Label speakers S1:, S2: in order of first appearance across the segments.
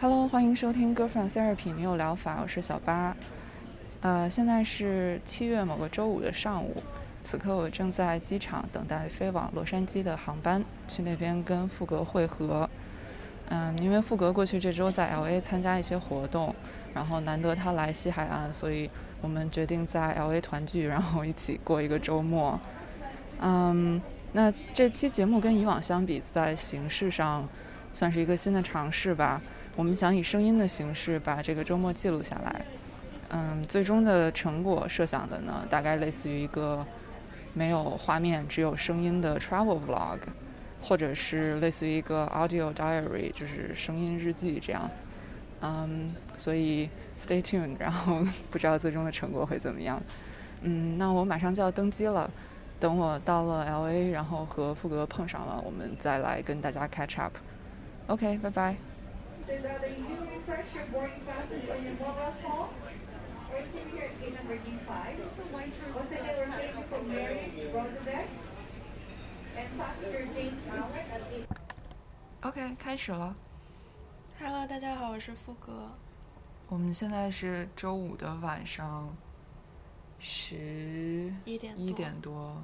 S1: Hello，欢迎收听 Girlfriend Therapy 女友疗法，我是小八。呃，现在是七月某个周五的上午，此刻我正在机场等待飞往洛杉矶的航班，去那边跟富格会合。嗯，因为富格过去这周在 LA 参加一些活动，然后难得他来西海岸，所以我们决定在 LA 团聚，然后一起过一个周末。嗯，那这期节目跟以往相比，在形式上算是一个新的尝试吧。我们想以声音的形式把这个周末记录下来。嗯，最终的成果设想的呢，大概类似于一个没有画面只有声音的 travel vlog，或者是类似于一个 audio diary，就是声音日记这样。嗯，所以 stay tuned，然后不知道最终的成果会怎么样。嗯，那我马上就要登机了，等我到了 LA，然后和富格碰上了，我们再来跟大家 catch up。OK，拜拜。
S2: Says either you refresh your boarding passes on your mobile phone or sit here at gate number D5. Once again, we're waiting for Mary Rosenbeck and passenger James Howard at gate
S1: OK，开始了。
S3: Hello，大家好，我是富哥。
S1: 我们现在是周五的晚上十
S3: 一点多
S1: 一点多，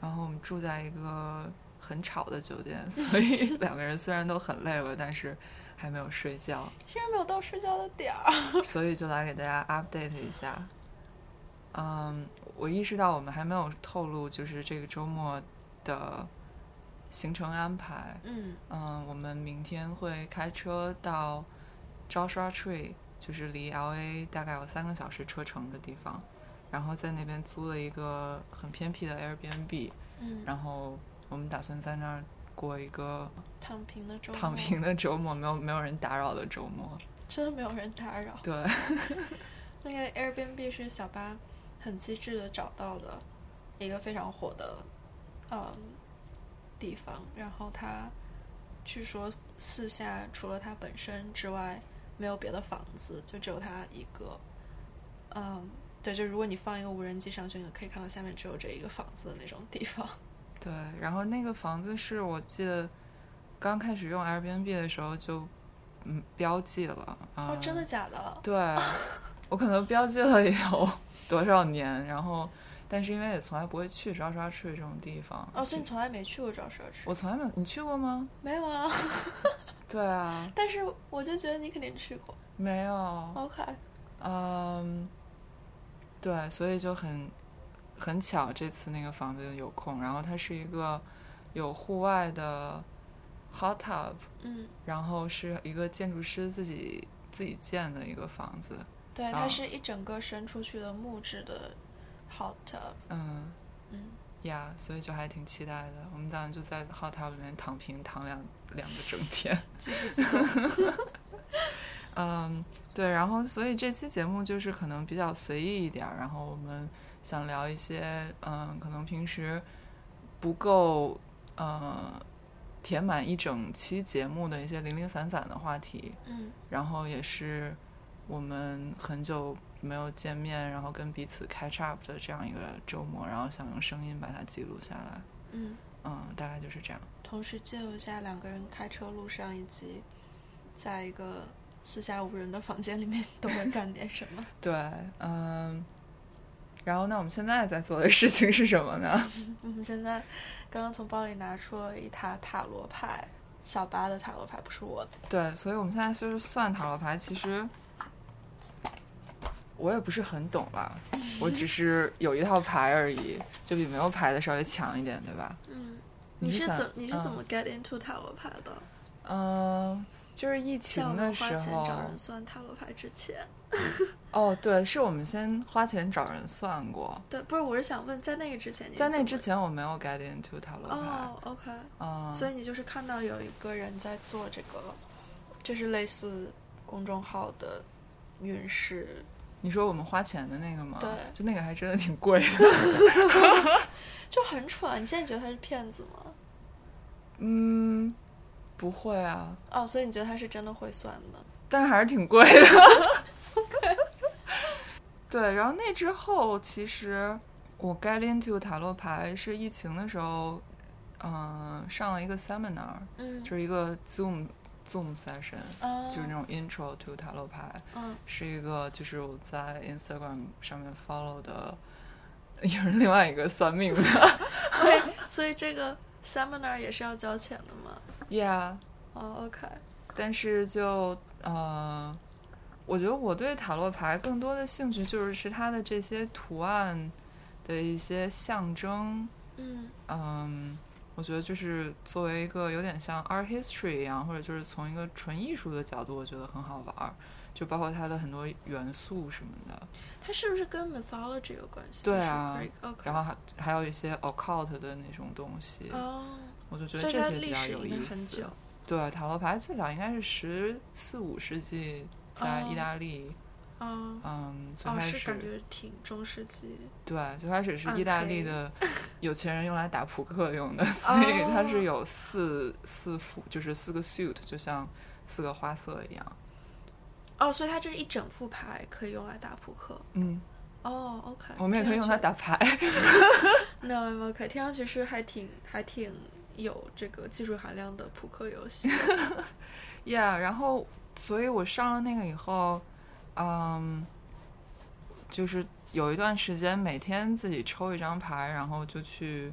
S1: 然后我们住在一个很吵的酒店， 所以两个人虽然都很累了，但是还没有睡觉，
S3: 虽然没有到睡觉的点儿，
S1: 所以就来给大家 update 一下。嗯，我意识到我们还没有透露，就是这个周末的行程安排。
S3: 嗯，
S1: 嗯，我们明天会开车到 Joshua Tree，就是离 LA 大概有三个小时车程的地方，然后在那边租了一个很偏僻的 Airbnb，
S3: 嗯
S1: 然后我们打算在那儿过一个
S3: 躺平的周末，
S1: 躺平的周
S3: 嗯
S1: 末，没有没有人打扰的周末。
S3: 真的没有人打扰。
S1: 对，
S3: 那个 Airbnb 是小巴很机智的找到的一个非常火的嗯地方，然后他据说四下除了他本身之外没有别的房子，就只有他一个。嗯，对，就如果你放一个无人机上去，你可以看到下面只有这一个房子的那种地方。
S1: 对，然后那个房子是我记得刚开始用 Airbnb 的时候就嗯标记了啊、
S3: 哦，真的假的？
S1: 对，我可能标记了也有多少年，然后但是因为也从来不会去抓刷睡这种地方。
S3: 哦，所以你从来没去过找奢侈？
S1: 我从来没有，你去过吗？
S3: 没有啊，
S1: 对啊，
S3: 但是我就觉得你肯定去过。
S1: 没有，
S3: OK，
S1: 嗯，对，所以就很很巧，这次那个房子有空，然后它是一个有户外的 hot tub，
S3: 嗯，
S1: 然后是一个建筑师自己自己建的一个房子，
S3: 对，
S1: 啊
S3: 它是一整个伸出去的木质的 hot tub，
S1: 嗯，
S3: 嗯，
S1: 呀所以就还挺期待的。我们打算就在 hot tub 里面躺平躺两两个整天。
S3: 记不记得？
S1: 嗯，对，然后所以这期节目就是可能比较随意一点儿，然后我们想聊一些嗯，可能平时不够呃填满一整期节目的一些零零散散的话题，
S3: 嗯，
S1: 然后也是我们很久没有见面，然后跟彼此 catch up 的这样一个周末，然后想用声音把它记录下来。
S3: 嗯，
S1: 嗯，大概就是这样。
S3: 同时记录一下两个人开车路上以及在一个四下无人的房间里面都会干点什么。
S1: 对，嗯，然后那我们现在在做的事情是什么呢？
S3: 我们现在刚刚从包里拿出了一沓塔罗牌，小巴的塔罗牌不是我的，
S1: 对，所以我们现在就是算塔罗牌，其实我也不是很懂啦，我只是有一套牌而已，就比没有牌的稍微强一点，对吧？
S3: 嗯，
S1: 你
S3: 你
S1: 是
S3: 是
S1: 想
S3: 怎你是
S1: 嗯
S3: 怎么 get into 塔罗牌的？
S1: 嗯，就是疫
S3: 叫
S1: 情的
S3: 人
S1: 时
S3: 花钱
S1: 候，
S3: 找人算塔罗牌之前，
S1: 哦，对，是我们先花钱找人算过，
S3: 对，不是，我是想问，在那个之前你是
S1: 在
S3: 怎
S1: 那
S3: 么
S1: 之前我没有 get into 塔罗牌，
S3: 哦，OK，、
S1: 嗯，
S3: 所以你就是看到有一个人在做这个，就是类似公众号的运势，
S1: 你说我们花钱的那个吗？
S3: 对
S1: 就那个还真的挺贵的。
S3: 就很蠢。啊你现在觉得他是骗子吗？
S1: 嗯，不会啊，
S3: 哦，所以你觉得他是真的会算的？
S1: 但是还是挺贵的。对，然后那之后，其实我 get into 塔罗牌是疫情的时候，嗯、上了一个 seminar，
S3: 嗯
S1: 就是一个 Zoom Zoom session，、
S3: 啊，
S1: 就是那种 Intro to 塔罗牌，
S3: 嗯
S1: 是一个就是我在 Instagram 上面 follow 的，也是另外一个算命的
S3: ，OK，所以这个 seminar 也是要交钱的吗？
S1: ，Yeah，
S3: 哦，OK，
S1: 但是就呃，我觉得我对塔罗牌更多的兴趣就是是它的这些图案的一些象征，
S3: 嗯
S1: 嗯，我觉得就是作为一个有点像 art history 一样，或者就是从一个纯艺术的角度，我觉得很好玩儿，就包括它的很多元素什么的，
S3: 它是不是跟 mythology 有关系？
S1: 对啊
S3: ，OK，
S1: 然后还还有一些 occult 的那种东西，
S3: 哦，
S1: 我就觉
S3: 所
S1: 得
S3: 以它
S1: 这些比
S3: 历
S1: 较
S3: 史
S1: 有
S3: 应该
S1: 意
S3: 很
S1: 思
S3: 久。。哦
S1: 对，塔罗牌最早应该是十四五世纪在
S3: 哦
S1: 意大利，
S3: 哦，
S1: 嗯，最
S3: 哦，
S1: 开
S3: 是
S1: 始、
S3: 感觉啊挺中世纪。
S1: 对，最开始是
S3: 暗
S1: 意大
S3: 黑
S1: 利 的有钱人用来打扑克用的，所以它
S3: 哦
S1: 是有四四副，就是四个 suit，就像四个花色一样。
S3: 哦，所以它这一整副牌可以用来打扑克。
S1: 嗯，
S3: 哦，OK，
S1: 我们也可以用它
S3: 听上
S1: 打牌。
S3: 去。No OK，听上去是还挺还挺有这个技术含量的扑克游戏。
S1: yeah，然后所以我上了那个以后，嗯，就是有一段时间每天自己抽一张牌，然后就去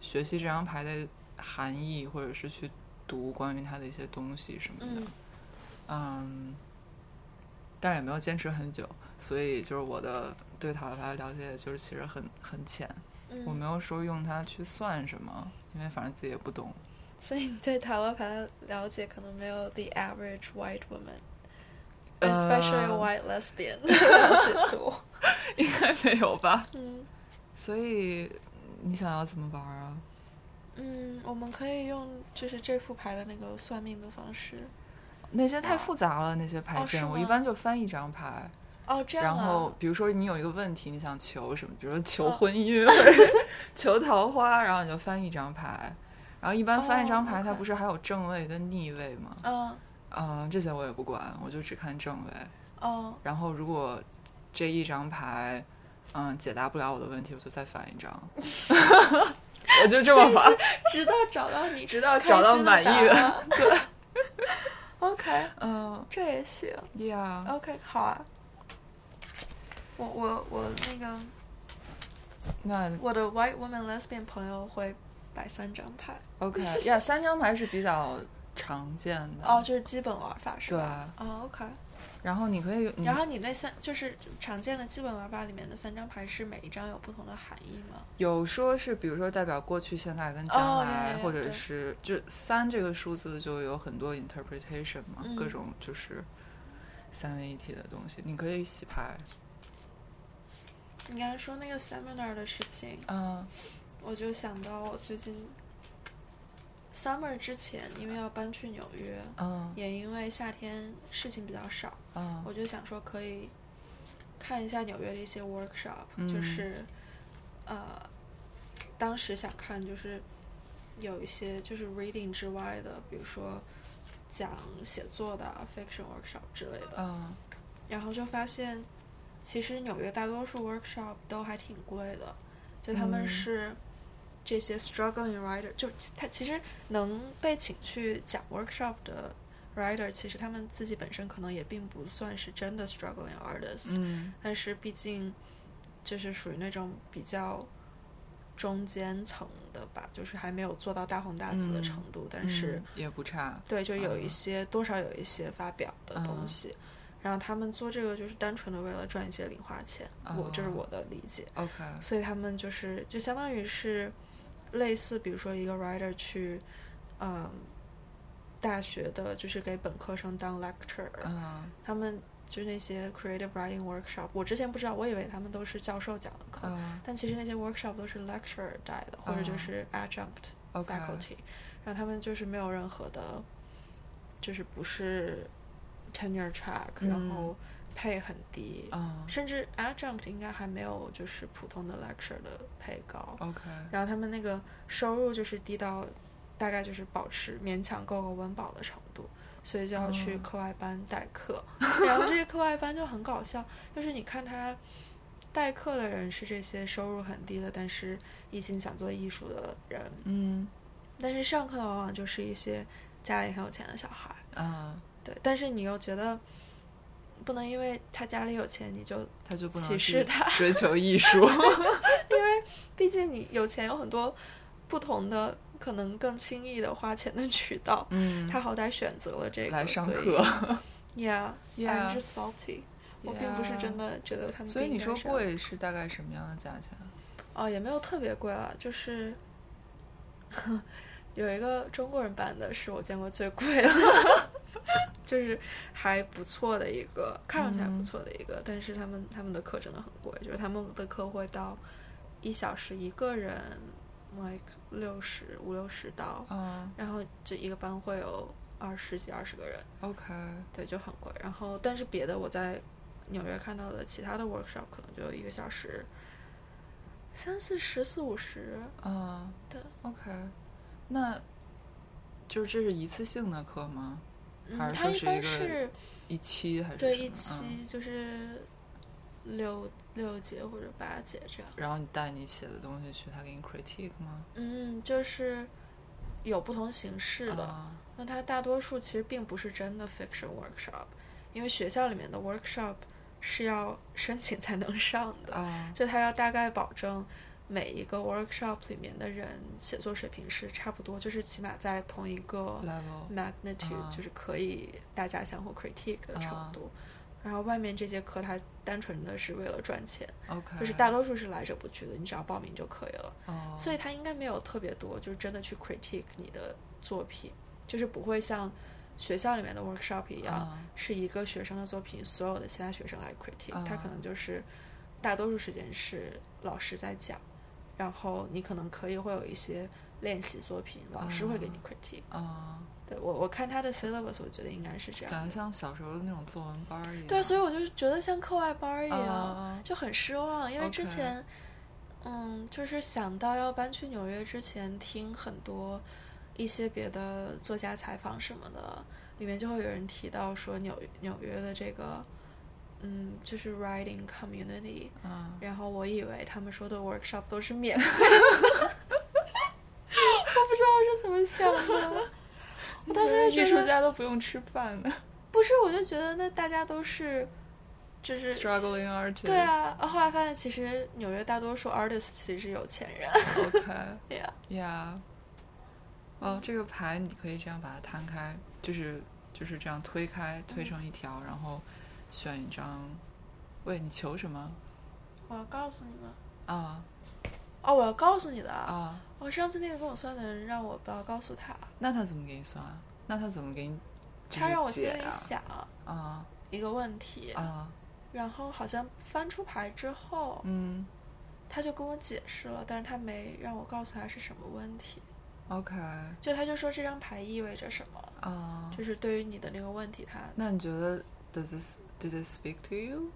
S1: 学习这张牌的含义，或者是去读关于它的一些东西什么的。
S3: 嗯
S1: 嗯，但是也没有坚持很久，所以就是我的对塔罗牌的了解就是其实很很浅，我没
S3: 嗯，
S1: 有说用它去算什么，因为反正自己也不懂。
S3: 所以你对塔罗牌的了解可能没有 the average white woman。Especially
S1: 呃
S3: white lesbian 了解多，
S1: 应该没有吧？
S3: 嗯
S1: 所以你想要怎么玩啊？
S3: 嗯，我们可以用就是这副牌的那个算命的方式，
S1: 那些太复杂了，那些牌
S3: 哦是
S1: 阵，
S3: 吗
S1: 我一般就翻一张牌。
S3: 哦，这样
S1: 然
S3: 啊，
S1: 后比如说你有一个问题，你想求什么，比如说求婚姻
S3: 哦
S1: 或者是 求桃花，然后你就翻一张牌。然后一般翻一张牌，
S3: 哦
S1: 它
S3: ，OK
S1: 不是还有正位跟逆位吗？
S3: 嗯
S1: 嗯，这些我也不管，我就只看正位。
S3: 哦
S1: 然后如果这一张牌，嗯，解答不了我的问题，我就再翻一张。 我就这么玩，
S3: 直到找到你
S1: 直到找到满意的。
S3: 的。对 ，OK，
S1: 嗯
S3: 这也行。
S1: ，Yeah。
S3: OK，好啊。我我我那个
S1: 那
S3: 我的 white woman lesbian 朋友会摆三张牌，
S1: OK 呀、三张牌是比较常见的
S3: 哦，就是基本玩法是
S1: 对
S3: 吧？
S1: 啊。嗯
S3: 哦，OK。
S1: 然后你可以，你
S3: 然后你那三就是常见的基本玩法里面的三张牌是每一张有不同的含义吗？
S1: 有说是，比如说代表过去、现在跟
S3: 哦
S1: 将
S3: 对
S1: 来，
S3: 对
S1: 或
S3: 对
S1: 者是就三这个数字就有很多 interpretation 嘛，
S3: 嗯
S1: 各种就是三位一体的东西。你可以洗牌，
S3: 你刚才说那个 seminar 的事情，
S1: 嗯
S3: 我就想到我最近 summer 之前，因为要搬去纽约，
S1: 嗯
S3: 也因为夏天事情比较少，
S1: 嗯
S3: 我就想说可以看一下纽约的一些 workshop，、
S1: 嗯
S3: 就是呃，当时想看就是有一些就是 reading 之外的，比如说讲写作的啊 fiction workshop 之类的，
S1: 嗯
S3: 然后就发现其实纽约大多数 workshop 都还挺贵的，就他们
S1: 嗯
S3: 是。这些 struggling writer 就他其实能被请去讲 workshop 的 writer，其实他们自己本身可能也并不算是真的 struggling artist，、
S1: 嗯
S3: 但是毕竟就是属于那种比较中间层的吧，就是还没有做到大红大紫的
S1: 嗯
S3: 程度，但是
S1: 嗯也不差，
S3: 对，就有一
S1: 嗯
S3: 些、多少有一些发表的东
S1: 嗯
S3: 西。然后他们做这个就是单纯的为了赚一些零花钱，我这是
S1: 哦
S3: 我的理解。
S1: OK，
S3: 所以他们就是就相当于是类似，比如说一个 writer 去，嗯，大学的就是给本科生当 lecturer，、
S1: 嗯
S3: 他们就是那些 creative writing workshop，我之前不知道，我以为他们都是教授讲的课，
S1: 嗯
S3: 但其实那些 workshop 都是 lecturer 带的，或者就
S1: 嗯
S3: 是 adjunct
S1: OK，
S3: faculty，、然后他们就是没有任何的，就是不是 tenure track，、然
S1: 嗯
S3: 后 pay 很低，
S1: 嗯
S3: 甚至 adjunct 应该还没有就是普通的 lecture 的 pay 高，
S1: OK，
S3: 然后他们那个收入就是低到大概就是保持勉强够个温饱的程度，所以就要去
S1: 哦
S3: 课外班代课，然后这些课外班就很搞笑，就是你看他代课的人是这些收入很低的，但是一心想做艺术的人，
S1: 嗯
S3: 但是上课的往往就是一些家里很有钱的小孩，
S1: 啊，
S3: 对，但是你又觉得不能因为他家里有钱你就，
S1: 他就不能
S3: 歧
S1: 去
S3: 视 他
S1: 追求艺术。
S3: 毕竟你有钱有很多不同的可能更轻易的花钱的渠道。
S1: 嗯，
S3: 他好歹选择了这个
S1: 来上课。
S3: Yeah,
S1: Yeah.
S3: I'm just salty. 我并不是
S1: Yeah
S3: 真的觉得他们。
S1: 所以你说，贵是大概什么样的价钱？
S3: 哦，也没有特别贵啊，就是有一个中国人版的是我见过最贵的， 就是还不错的一个，看上去还不
S1: 嗯
S3: 错的一个，但是他们他们的课真的很贵，就是他们的课会到一小时一个人，like 六十五六十刀，
S1: 嗯
S3: 然后这一个班会有二十几二十个人。
S1: ，OK，
S3: 对，就很贵。然后，但是别的我在纽约看到的其他的 workshop 可能就一个小时三四十、四五十。
S1: 嗯，
S3: 对
S1: ，OK，那就是这是一次性的课吗？还
S3: 嗯，
S1: 是说
S3: 它一
S1: 是一
S3: 般
S1: 个
S3: 是
S1: 一期还是
S3: 对
S1: 什
S3: 一
S1: 么嗯
S3: 期就是六六节或者八节这样。
S1: 然后你带你写的东西去，他给你 critique 吗？
S3: 嗯，就是有不同形式的。
S1: 啊
S3: 那它大多数其实并不是真的 fiction workshop，因为学校里面的 workshop 是要申请才能上的。
S1: 啊
S3: 就他要大概保证每一个 workshop 里面的人写作水平是差不多，就是起码在同一个
S1: level
S3: magnitude，、
S1: 啊
S3: 就是可以大家相互 critique 的程度。然后外面这些课，它单纯的是为了赚钱，
S1: OK，
S3: 就是大多数是来者不拒的，你只要报名就可以了。
S1: 哎哦，
S3: 所以它应该没有特别多，就是真的去 critique 你的作品，就是不会像学校里面的 workshop 一样，
S1: 啊
S3: 是一个学生的作品，所有的其他学生来 critique，、
S1: 啊
S3: 他可能就是大多数时间是老师在讲，然后你可能可以会有一些练习作品，老师会给你 critique、
S1: 啊，
S3: 对我我看他的 syllabus，我觉得应该是这样
S1: 感
S3: 的
S1: 觉。像小时候的那种作文班儿一样。
S3: 对，啊所以我就觉得像课外班儿一
S1: 啊
S3: 样，
S1: 啊
S3: 就很失望，因为之
S1: OK
S3: 前嗯，就是想到要搬去纽约之前，听很多一些别的作家采访什么的，里面就会有人提到说纽纽约的这个，嗯，就是 writing community，
S1: 啊
S3: 然后我以为他们说的 workshop 都是免费的，我不知道是怎么想 的。我当时就
S1: 艺
S3: 觉
S1: 术
S3: 得
S1: 家都不用吃饭呢
S3: 不是，我就觉得那大家都是，就是
S1: ，struggling artist。
S3: 对啊，后来发现其实纽约大多数 artist 其实是有钱人。
S1: ，OK，
S3: 对呀，
S1: 呀，哦，这个牌你可以这样把它摊开，就是就是这样推开，推成一条，然后选一张。喂，你求什么？
S3: 我要告诉你们
S1: 啊
S3: 哦，我要告诉你的啊！
S1: 啊，
S3: 我、上次那个跟我算的人让我不要告诉他，
S1: 那他怎么给你算啊？那他怎么给你？
S3: 他让我
S1: 解
S3: 心里
S1: 啊
S3: 想
S1: 啊
S3: 一个问题，
S1: 啊，
S3: 然后好像翻出牌之后，
S1: 嗯
S3: 他就跟我解释了，但是他没让我告诉他是什么问题，
S1: ，OK
S3: 就他就说这张牌意味着什么，
S1: 啊，
S3: 就是对于你的那个问题他，
S1: 那你觉得 does this did it speak to you？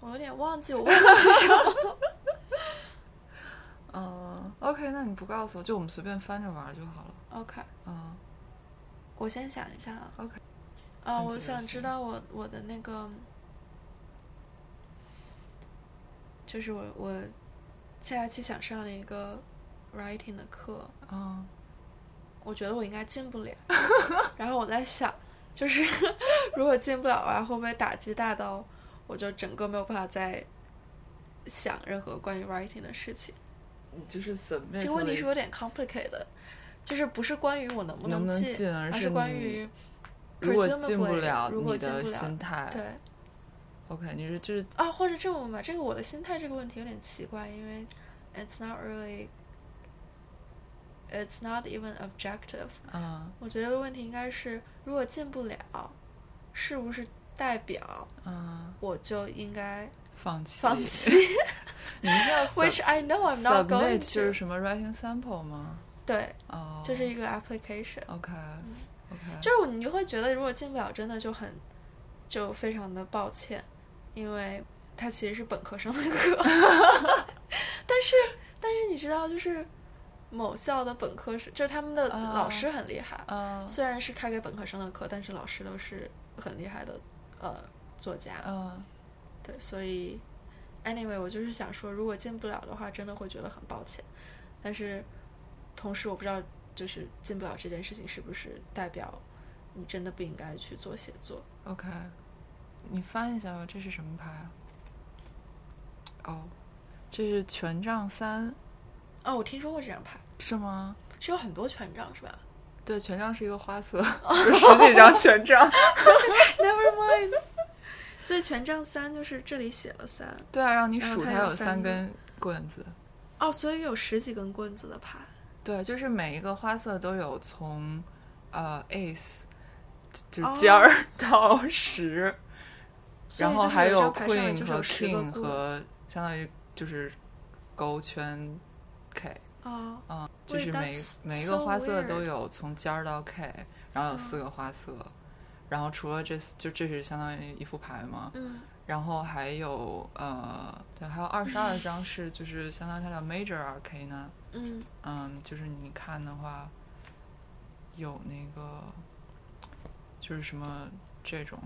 S3: 我有点忘记我 问的是什么。
S1: 嗯，OK，那你不告诉我，就我们随便翻着玩儿就好了。
S3: OK，
S1: 嗯
S3: 我先想一下啊。
S1: OK
S3: 啊，
S1: 很
S3: 我
S1: 可
S3: 想
S1: 惜
S3: 知道我我的那个，就是我我下学期想上了一个 writing 的课，
S1: 嗯
S3: 我觉得我应该进不 了。然后我在想，就是 如果进不了的话，会不会打击大到我就整个没有办法再想任何关于 writing 的事情？
S1: 就是怎么
S3: 这个问题是有点 complicated，就是不是关于我能不
S1: 能不能
S3: 进，
S1: 进，而
S3: 而
S1: 是
S3: 是关
S1: 你
S3: 于
S1: 如果进不
S3: presumably，
S1: 了，
S3: 如果
S1: 你
S3: 进
S1: 的
S3: 不了
S1: 心态。
S3: 对。
S1: OK，你是就是
S3: 啊，或者这么问吧，这个我的心态这个问题有点奇怪，因为 it's not really it's not even objective。
S1: 嗯
S3: 我觉得问题应该是，如果进不了，是不是代表
S1: 嗯
S3: 我就应该
S1: 放弃
S3: 放。 弃
S1: 你们要
S3: ？Which I know I'm not
S1: submit
S3: going
S1: 就是
S3: to。
S1: 什么 writing sample 吗？
S3: 对，
S1: 哦，
S3: 就是一个 application。
S1: OK OK，
S3: 就是你会觉得，如果进不了，真的就很就非常的抱歉，因为它其实是本科生的课。 但是但是你知道，就是某校的本科生，就是他们的
S1: 啊
S3: 老师很厉害，
S1: 嗯
S3: 虽然是开给本科生的课，但是老师都是很厉害的呃作家。
S1: 嗯
S3: 对，所以 anyway，我就是想说，如果进不了的话，真的会觉得很抱歉。但是同时，我不知道就是进不了这件事情是不是代表你真的不应该去做写作。
S1: OK，你翻一下吧，这是什么牌啊？哦，这是权杖三，
S3: 哦，我听说过这张牌，
S1: 是吗？
S3: 是有很多权杖是吧
S1: 对，权杖是一个花色， 有十几张权 杖。
S3: ？Never mind。所以权杖三就是这里写了三
S1: 对啊，让你
S3: 然后
S1: 数
S3: 它
S1: 它
S3: 有
S1: 有
S3: 三
S1: 三
S3: 个
S1: 根棍子。
S3: 哦，所以有十几根棍子的牌。
S1: 对，就是每一个花色都有从呃 ace 就
S3: 哦
S1: 是尖儿 到十、
S3: 所以
S1: 然后
S3: 就是
S1: 还
S3: 有一张牌上面
S1: queen
S3: 就是
S1: 和
S3: 有十个
S1: king
S3: 棍
S1: 和相当于就是勾圈 k，
S3: 哦，
S1: 嗯，就
S3: Wait,
S1: 是每
S3: that's
S1: 每一个花色
S3: so 嗯
S1: 都有从尖儿到 k，然后有四个花色，然后除了这就这是相当于一副牌嘛，
S3: 嗯
S1: 然后还有呃对，还有二十二张是就是相当于它叫 major arcana，
S3: 嗯，
S1: 嗯，就是你看的话，有那个，就是什么这种，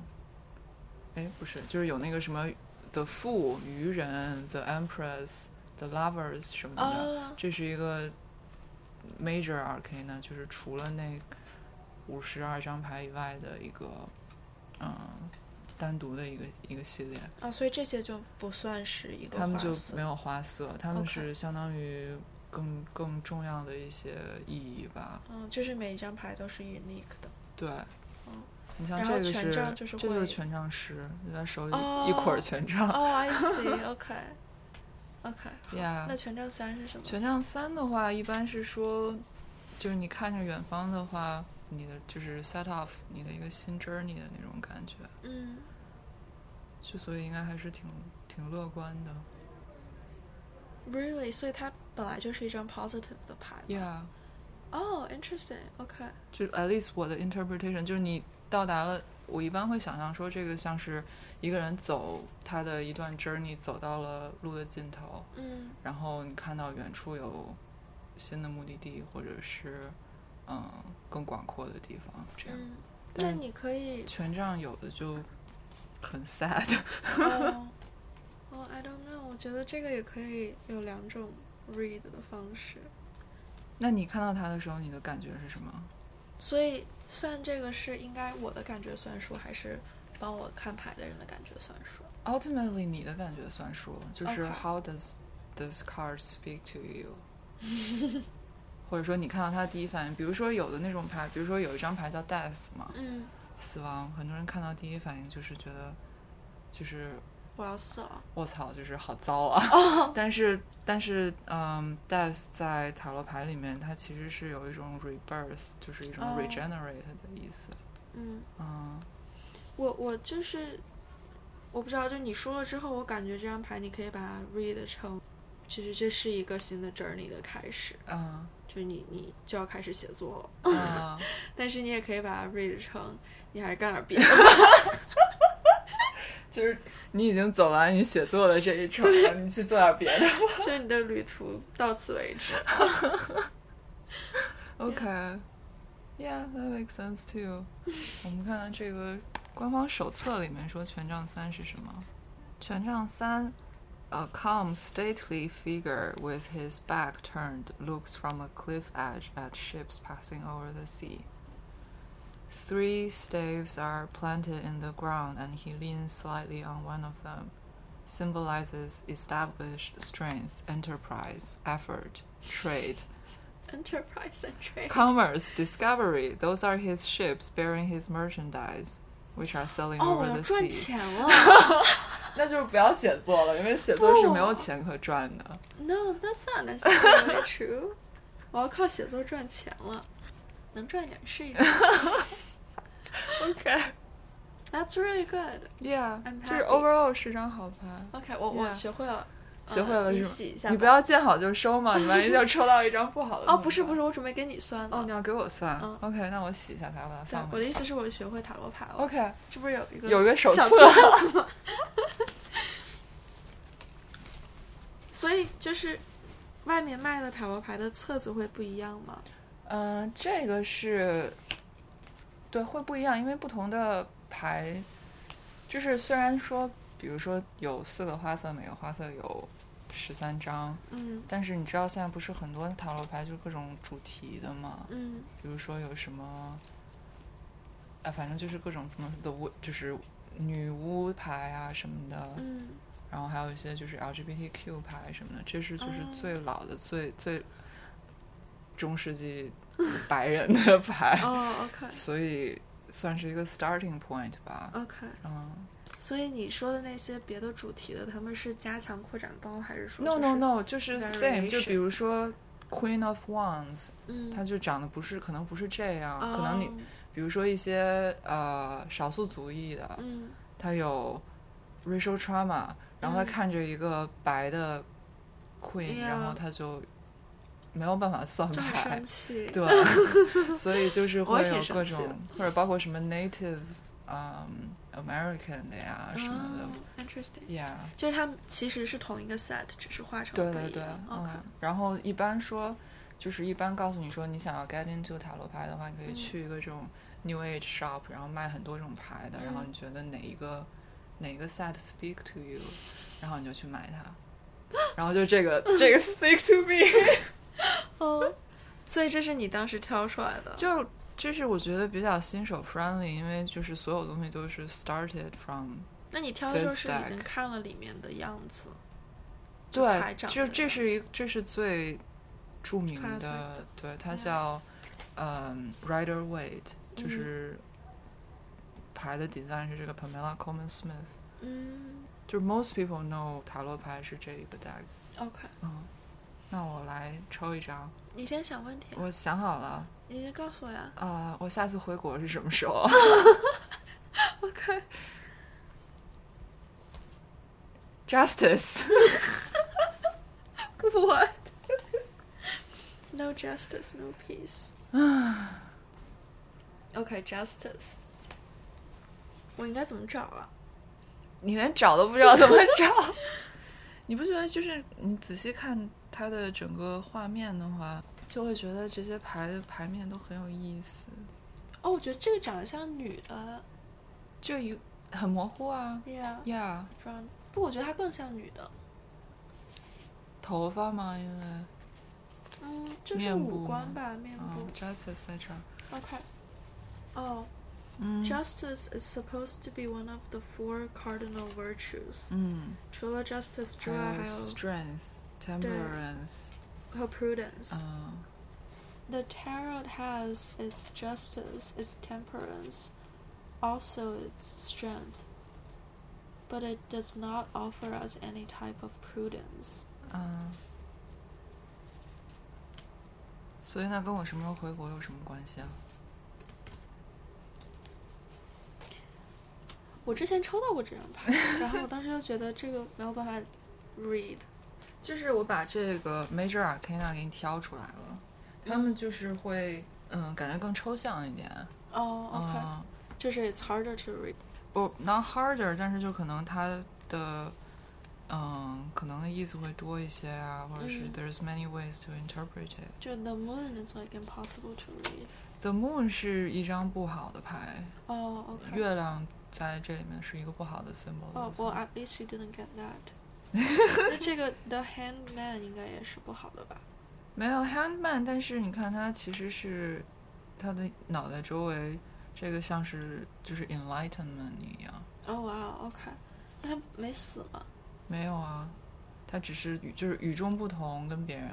S1: 哎，不是，就是有那个什么 The Fool、愚人、The Empress、The Lovers 什么的，
S3: 啊，
S1: 这是一个 Major Arcana，就是除了那五十二张牌以外的一个，嗯，单独的一个一个系列。
S3: 啊，所以这些就不算是一个
S1: 他们
S3: 花
S1: 就
S3: 色
S1: 没有花色，他们
S3: OK
S1: 是相当于更更重要的一些意义吧。
S3: 嗯，就是每一张牌都是 unique 的。
S1: 对，
S3: 嗯
S1: 你像
S3: 然
S1: 这
S3: 后
S1: 个
S3: 权
S1: 是
S3: 杖就是
S1: 这就
S3: 会
S1: 是权杖十，就在手里
S3: 哦
S1: 一捆儿权杖。
S3: 哦、i see，OK，OK，、好
S1: Yeah
S3: 那权杖三是什么？
S1: 啊权杖三的话，一般是说，就是你看着远方的话，你的就是 set off 你的一个新 journey 的那种感觉，
S3: 嗯，
S1: 就所以应该还是挺挺乐观的。
S3: Really，所以它本来就是一张 positive 的牌嘛。
S1: Yeah，
S3: 哦、i n t e r e s t i n g o k
S1: 就 at least 我的 interpretation 就是你到达了，我一般会想象说这个像是一个人走他的一段 journey 走到了路的尽头，
S3: 嗯
S1: 然后你看到远处有新的目的地或者是嗯更广阔的地方，这样。
S3: 嗯，那
S1: 但，
S3: 你可以
S1: 权杖有的就很 sad，
S3: 哦、哦 i don't know，我觉得这个也可以有两种 read 的方式。
S1: 那你看到他的时候，你的感觉是什么？
S3: 所以算这个是应该我的感觉算数，还是帮我看牌的人的感觉算数？
S1: Ultimately，你的感觉算数，就是
S3: OK
S1: How does this card speak to you？或 者说你看到他的第一反应，比如说有的那种牌，比如说有一张牌叫 Death 嘛，
S3: 嗯，
S1: 死亡，很多人看到第一反应就是觉得，就是
S3: 我要啊死了。
S1: 卧槽，就是好糟 啊。
S3: 哦
S1: 但是但是，嗯，Death 在塔罗牌里面，它其实是有一种 rebirth，就是一种
S3: 哦
S1: regenerate 的意思。
S3: 嗯，
S1: 嗯，
S3: 我我就是我不知道，就你说了之后，我感觉这张牌你可以把它 read 成，其实这是一个新的 journey 的开始。
S1: 嗯，
S3: 就是你你就要开始写作了，
S1: 嗯，
S3: 但是你也可以把它 read 成你还是干点别的。
S1: 就是你已经走完你写作的这一程了，你去做点别的。
S3: 所以你的旅途到此为止。
S1: Okay. Yeah, that makes sense too. 我们看看这个官方手册里面说权杖三是什么？权杖三，a calm, stately figure with his back turned looks from a cliff edge at ships passing over the sea. Three staves are planted in the ground, and he leans slightly on one of them. Symbolizes established strength, enterprise, effort, trade.
S3: Enterprise and trade，
S1: Commerce, discovery, those are his ships bearing his merchandise, which are selling
S3: 哦，我
S1: over
S3: 要
S1: the
S3: 赚
S1: sea.
S3: 钱了。
S1: 那就是不要写作了，因为写
S3: 作
S1: 作
S3: 是
S1: 是
S3: 没
S1: 没
S3: 有
S1: 有钱可赚 的。
S3: No, that's not necessarily true. 我要靠写作赚钱了，能赚一点是一点。
S1: OK,
S3: That's really good.
S1: yeah，
S3: I'm
S1: 就是
S3: happy
S1: overall 是张好牌。
S3: OK，我我
S1: Yeah.
S3: 学会了，呃
S1: 学会了
S3: 你
S1: 是吗
S3: 洗一下吧。
S1: 你不要见好就收嘛，你万一就抽到一张不好的。
S3: 哦，不是不是，，我准备给你算
S1: 哦，
S3: 呢
S1: 你。要给我算
S3: 嗯。
S1: OK，那我洗一下它，把它
S3: 对
S1: 放，
S3: 我的
S1: 回
S3: 意
S1: 去。
S3: 思是我学会塔罗牌了。
S1: OK，
S3: 这不是有一个
S1: 有一个手
S3: 小
S1: 册
S3: 册子吗？ 所以就是外面卖的塔罗牌的册子会不一样吗？
S1: 嗯，这个是，对，会不一样，因为不同的牌，就是虽然说，比如说有四个花色，每个花色有十三张，
S3: 嗯
S1: 但是你知道现在不是很多塔罗牌就是各种主题的嘛，
S3: 嗯
S1: 比如说有什么，啊，反正就是各种什么的屋，就是女巫牌啊什么的，
S3: 嗯，
S1: 然后还有一些就是 LGBTQ 牌什么的，这是就是
S3: 哦
S1: 最老的、最最中世纪白人 的牌，
S3: 哦，OK
S1: 所以算是一个 starting point 吧。
S3: OK，
S1: 嗯
S3: 所以你说的那些别的主题的，他们是加强扩展包，还是说、
S1: ，no no no，就是 same，就
S3: variation
S1: 比如说 Queen of Wands，
S3: 嗯，
S1: 它就长得不是，可能不是这样，
S3: 哦
S1: 可能你比如说一些呃少数族裔的，
S3: 嗯
S1: 他有 racial trauma，然后他
S3: 嗯哎
S1: 看着一个白的 queen，、
S3: Yeah
S1: 然后他就没有办法算
S3: 这么
S1: 白
S3: 生，气，
S1: 嗯对， 所以就是
S3: 我
S1: 会
S3: 也挺
S1: 有
S3: 生
S1: 各
S3: 气的
S1: 种，或者包括什么 native，嗯、American 的呀啊什么的、
S3: 哦，interesting。
S1: y e a h
S3: 就是它们其实是同一个 set，只是画成
S1: 对
S3: 不
S1: 对
S3: 一
S1: 对
S3: 样。
S1: 嗯
S3: OK，、，
S1: 然后一般说，就是一般告诉你说你想要 get into 塔罗牌的话，你可以
S3: 嗯
S1: 去一个这种 new age shop，然后卖很多种牌的，然后
S3: 嗯
S1: 你觉得哪一个哪一个 set speak to you，然后你就去买它，然后就这 个这个 speak to me，
S3: 哦，所以这是你当时挑出来的。
S1: 就这是我觉得比较新手 friendly，因为就是所有东西都是 started from
S3: 那你挑的就
S1: This
S3: 是已经
S1: deck
S3: 看了里面的样子，就
S1: 对，
S3: 牌长
S1: 就
S3: 的
S1: 这
S3: 样
S1: 是一
S3: 子
S1: 这是最著名的
S3: Classic 的，
S1: 对，它
S3: 嗯
S1: 叫嗯 Rider Waite，就是牌的 design 是这个 Pamela Coleman Smith，
S3: 嗯
S1: 就是 most people know 塔罗牌是这一个 deck，
S3: ，OK。
S1: 嗯，那我来抽一张，
S3: 你先想问题啊，
S1: 我想好了，
S3: 你先告诉我 呀。
S1: 啊，我下次回国是什么时候？
S3: OK，
S1: Justice，
S3: What? No justice, no peace. OK, justice. 我应该怎么找啊？
S1: 你连找都不知道 怎么找，你不觉得就是你仔细看它的整个画面的话，就会觉得这些牌的牌面都很有意思，
S3: 哦，我觉得这个长得像女的哎
S1: 就一很模糊啊
S3: ，Yeah，
S1: 呀
S3: 装不，我觉得她更像女的。
S1: 头发嘛，因为
S3: 嗯，就是
S1: 面部
S3: 五官
S1: 吗
S3: 吧，面部
S1: 嗯。，Justice 在这儿，
S3: OK。哦
S1: 嗯
S3: Justice is supposed to be one of the four cardinal virtues。
S1: 嗯，
S3: 除了 justice 之外，
S1: 还
S3: 还
S1: 有
S3: 有
S1: Strength、Temperance，
S3: 和 prudence。
S1: 嗯
S3: The tarot has its justice, its temperance, also its strength, but it does not offer us any type of prudence.
S1: 嗯，所以那跟我什么时候回国有什么关系啊？
S3: 我之前抽到过这张 牌，然后我当时就觉得这个没有办法 read。
S1: 就是我把这个 Major Arcana 给你挑出来了，他们就是会，嗯，感觉更抽象一点，
S3: 哦、o k
S1: 嗯，
S3: 就是 it's harder to read。
S1: 不，not harder，但是就可能它的，嗯，可能的意思会多一些啊，或者是
S3: 嗯
S1: there's many ways to interpret it。
S3: 就 the moon is like impossible to read。
S1: The Moon 是一张不好的牌，
S3: 哦、o k
S1: 月亮在这里面是一个不好的 symbol。
S3: 哦、well at least you didn't get that 。 那这个 the handman 应该也是不好的吧？
S1: 没有 handman，但是你看它其实是它的脑袋周围这个像是就是 enlightenment 一样。
S3: 哦哇，OK，那他没死吗？
S1: 没有啊，他只是与就是与众不同，跟别人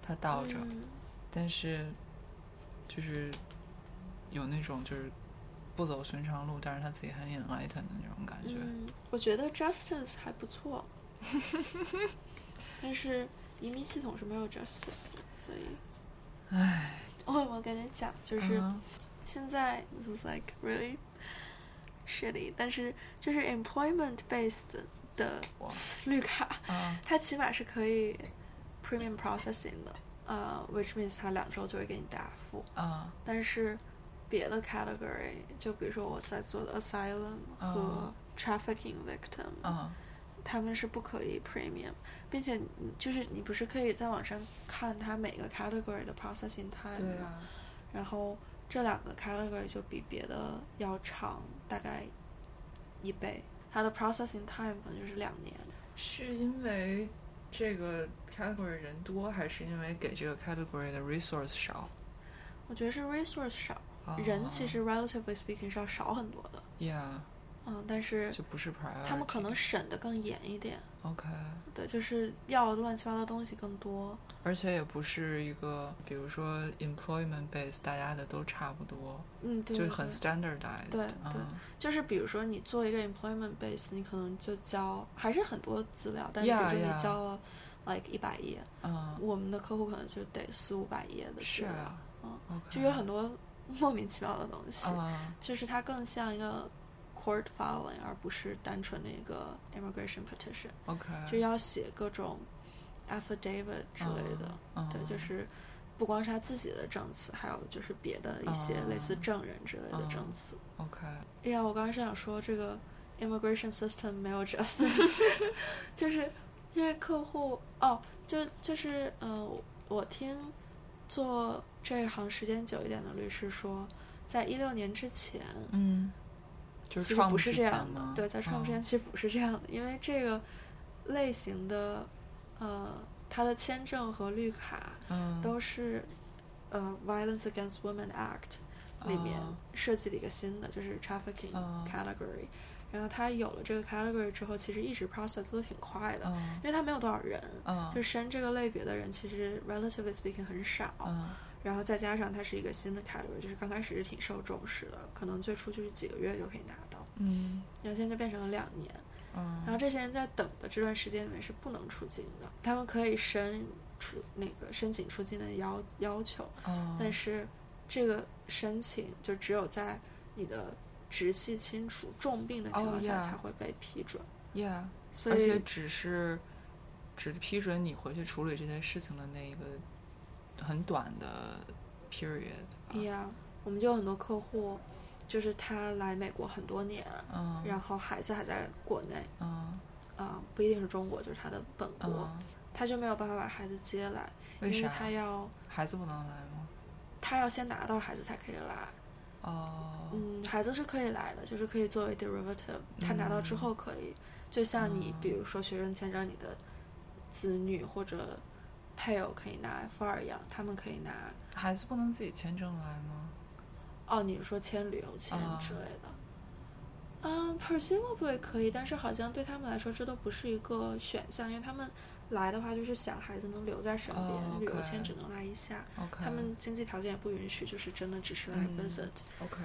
S1: 他倒着，
S3: 嗯
S1: 但是就是有那种就是不走寻常路，但是他自己很 enlightened 的那种感觉。
S3: 嗯，我觉得 Justice 还 不错，但是移民系统是没有 Justice 的，所以，
S1: 唉，
S3: 哦，我跟你讲，就是
S1: 嗯
S3: 现在、is like really shitty，但是就是 employment based 的
S1: 哇
S3: 绿卡，
S1: 啊，
S3: 它起码是可以 premium processing 的，呃、w h i c h means 它两周就会给你答复。
S1: 啊
S3: 但是别的 category，就比如说我在做的 asylum 和
S1: 哦
S3: trafficking victim，、
S1: 啊
S3: 他们是不可以 premium，并且你就是你不是可以在网上看它每个 category 的 processing time
S1: 对
S3: 吗？
S1: 啊，
S3: 然后这两个 category 就比别的要长大概一倍，它的 processing time 可能就是两年。
S1: 是因为这个 category 人多，还是因为给这个 category 的 resource 少？哦
S3: 我觉得是 resource 少，人其实 relatively speaking 是要少很多的，
S1: 啊，yeah，
S3: 嗯，但是
S1: 就不是 priority。
S3: 他们可能审的更严一点，
S1: OK，
S3: 对，就是要乱七八糟东西更多，
S1: 而且也不是一个，比如说 employment base，大家的都差不多，
S3: 嗯，对，
S1: 就
S3: 对
S1: 很
S3: 对
S1: standardized
S3: 对
S1: 嗯。
S3: 对就是比如说你做一个 employment base，你可能就交还是很多资料，但是比
S1: Yeah,
S3: 如说你
S1: yeah.
S3: 交了 like 一百页，
S1: 嗯，
S3: 我们的客户可能就得四五百页的资
S1: 是
S3: 料，
S1: 啊，
S3: 嗯
S1: OK，
S3: 就有很多莫名其妙的东西，
S1: 啊
S3: 就是它更像一个 court filing，而不是单纯的一个 immigration petition，、
S1: ，OK，
S3: 就要写各种 affidavit 之类的。
S1: 嗯，
S3: 对，就是不光是他自己的证词，还有就是别的一些类似
S1: 嗯
S3: 证人之类的证
S1: 嗯
S3: 词。
S1: OK，
S3: 哎呀，我刚刚是想说这个 immigration system 没有 justice，就是因为客户哦，就就是呃，我听做这一行时间久一点的律师说，在一六年之前，
S1: 嗯，就
S3: 其
S1: 是
S3: 实
S1: Trump
S3: 不是
S1: 之
S3: 这
S1: 前
S3: 样的
S1: 吗，
S3: 对，在创之前
S1: 嗯
S3: 其实不是这样的，因为这个类型的呃，它的签证和绿卡
S1: 嗯
S3: 都是呃《Violence Against Women Act》里面
S1: 啊
S3: 设计了一个新的，就是 trafficking
S1: 啊
S3: category。然后它有了这个 category 之后，其实一直 process 都挺快的，
S1: 嗯
S3: 因为它没有多少人，
S1: 嗯
S3: 就申这个类别的人其实 relatively speaking 很少。
S1: 嗯
S3: 然后再加上它是一个新的 category，就是刚开始是挺受重视的，可能最初就是几个月就可以拿到，
S1: 嗯
S3: 然后现在就变成了两年。
S1: 嗯，
S3: 然后这些人在等的这段时间里面是不能出境的，他们可以申出那个申请出境的要要求，
S1: 嗯
S3: 但是这个申请就只有在你的直系亲属重病的情况下
S1: Oh, yeah.
S3: 才会被批准。
S1: yeah，
S3: 所
S1: 而且
S3: 以，
S1: 只是只批准你回去处理这些事情的那一个很短的 period 吧。
S3: 呀，我们就有很多客户，就是他来美国很多年，
S1: 嗯，
S3: 然后孩子还在国内，
S1: 嗯
S3: 啊、不一定是中国，就是他的本国，
S1: 嗯，
S3: 他就没有办法把孩子接来，
S1: 为
S3: 因为
S1: 啥
S3: 他要
S1: 孩子不能来吗？
S3: 他要先拿到孩子才可以来。
S1: 哦，
S3: 嗯，孩子是可以来的，就是可以作为 derivative，他拿到之
S1: 嗯
S3: 后可以，就像你
S1: 嗯
S3: 比如说学生签证，你的子女或者配偶可以拿 F 二一样，他们可以拿
S1: 孩子不能自己签证来吗？
S3: 哦，你是说签旅游签
S1: 啊
S3: 之类的？嗯、p r e s u m a b l y 可以，但是好像对他们来说这都不是一个选项，因为他们来的话就是想孩子能留在身边，
S1: 哦
S3: 旅游
S1: OK
S3: 签只能来一下，
S1: OK，
S3: 他们经济条件也不允许，就是真的只是来
S1: 嗯
S3: visit。
S1: OK，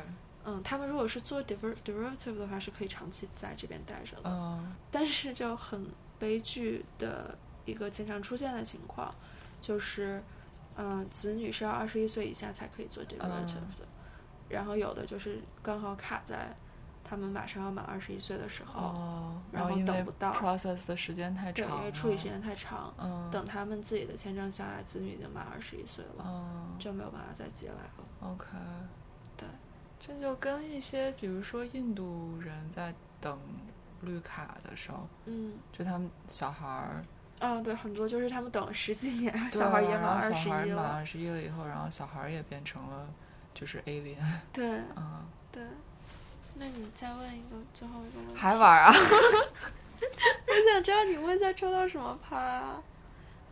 S3: 嗯，他们如果是做 diver- derivative 的话，是可以长期在这边待着的。
S1: 嗯
S3: 但是就很悲剧的一个经常出现的情况，就是，嗯、子女是要二十一岁以下才可以
S1: 嗯
S3: 做 derivative 的，然后有的就是刚好卡在他们马上要满二十一岁的时候，
S1: 哦，
S3: 然
S1: 后
S3: 后
S1: 因
S3: 等
S1: 为
S3: 不到
S1: process 的时间太
S3: 对，
S1: 长了，
S3: 因为处理时间太长，
S1: 嗯
S3: 等他们自己的签证下来，子女已经满二十一岁了，
S1: 嗯
S3: 就没有办法再接来了。
S1: OK，
S3: 对，
S1: 这就跟一些比如说印度人在等绿卡的时候，
S3: 嗯，
S1: 就他们小孩儿
S3: 啊，对，很多就是他们等了十几年，然后
S1: 对啊
S3: 小孩也
S1: 然
S3: 满
S1: 后
S3: 二十
S1: 小孩
S3: 一
S1: 满
S3: 了，
S1: 二十一了以后，然后小孩儿也变成了就是 alien，
S3: 对。
S1: 嗯，
S3: 对，那你再问一个最后一个问题。
S1: 还玩啊？
S3: 我想知道你会再抽到什么牌啊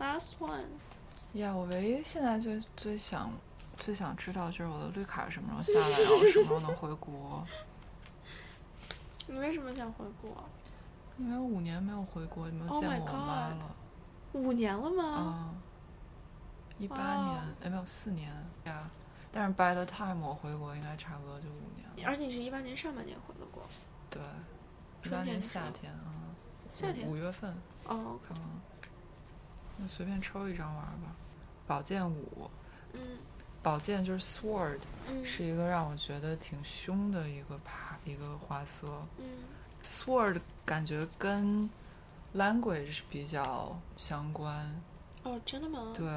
S3: ？Last one。
S1: 呀，我唯一现在最最想最想知道就是我的绿卡什么时候下来，然后什么时候能回国，
S3: 你为什么想回国？
S1: 因为五年没有回国，没有
S3: Oh
S1: 见
S3: my
S1: 过我妈
S3: God
S1: 了。
S3: 五年了吗？
S1: 啊，一八
S3: 哇
S1: 年，哎，没有四年呀。但是 by the time 我回国应该差不多就五年了。
S3: 而且你是一八年上半年回的国，
S1: 对，一
S3: 春
S1: 八
S3: 天
S1: 年
S3: 的时候
S1: 夏天啊，嗯
S3: 夏天
S1: 五五月份，
S3: 哦，OK，
S1: 嗯，那随便抽一张玩儿吧。宝剑五，
S3: 嗯
S1: 宝剑就是 sword，
S3: 嗯
S1: 是一个让我觉得挺凶的一个牌，一个花色。
S3: 嗯
S1: sword 感觉跟 language 比较相关，
S3: 哦，真的吗？
S1: 对，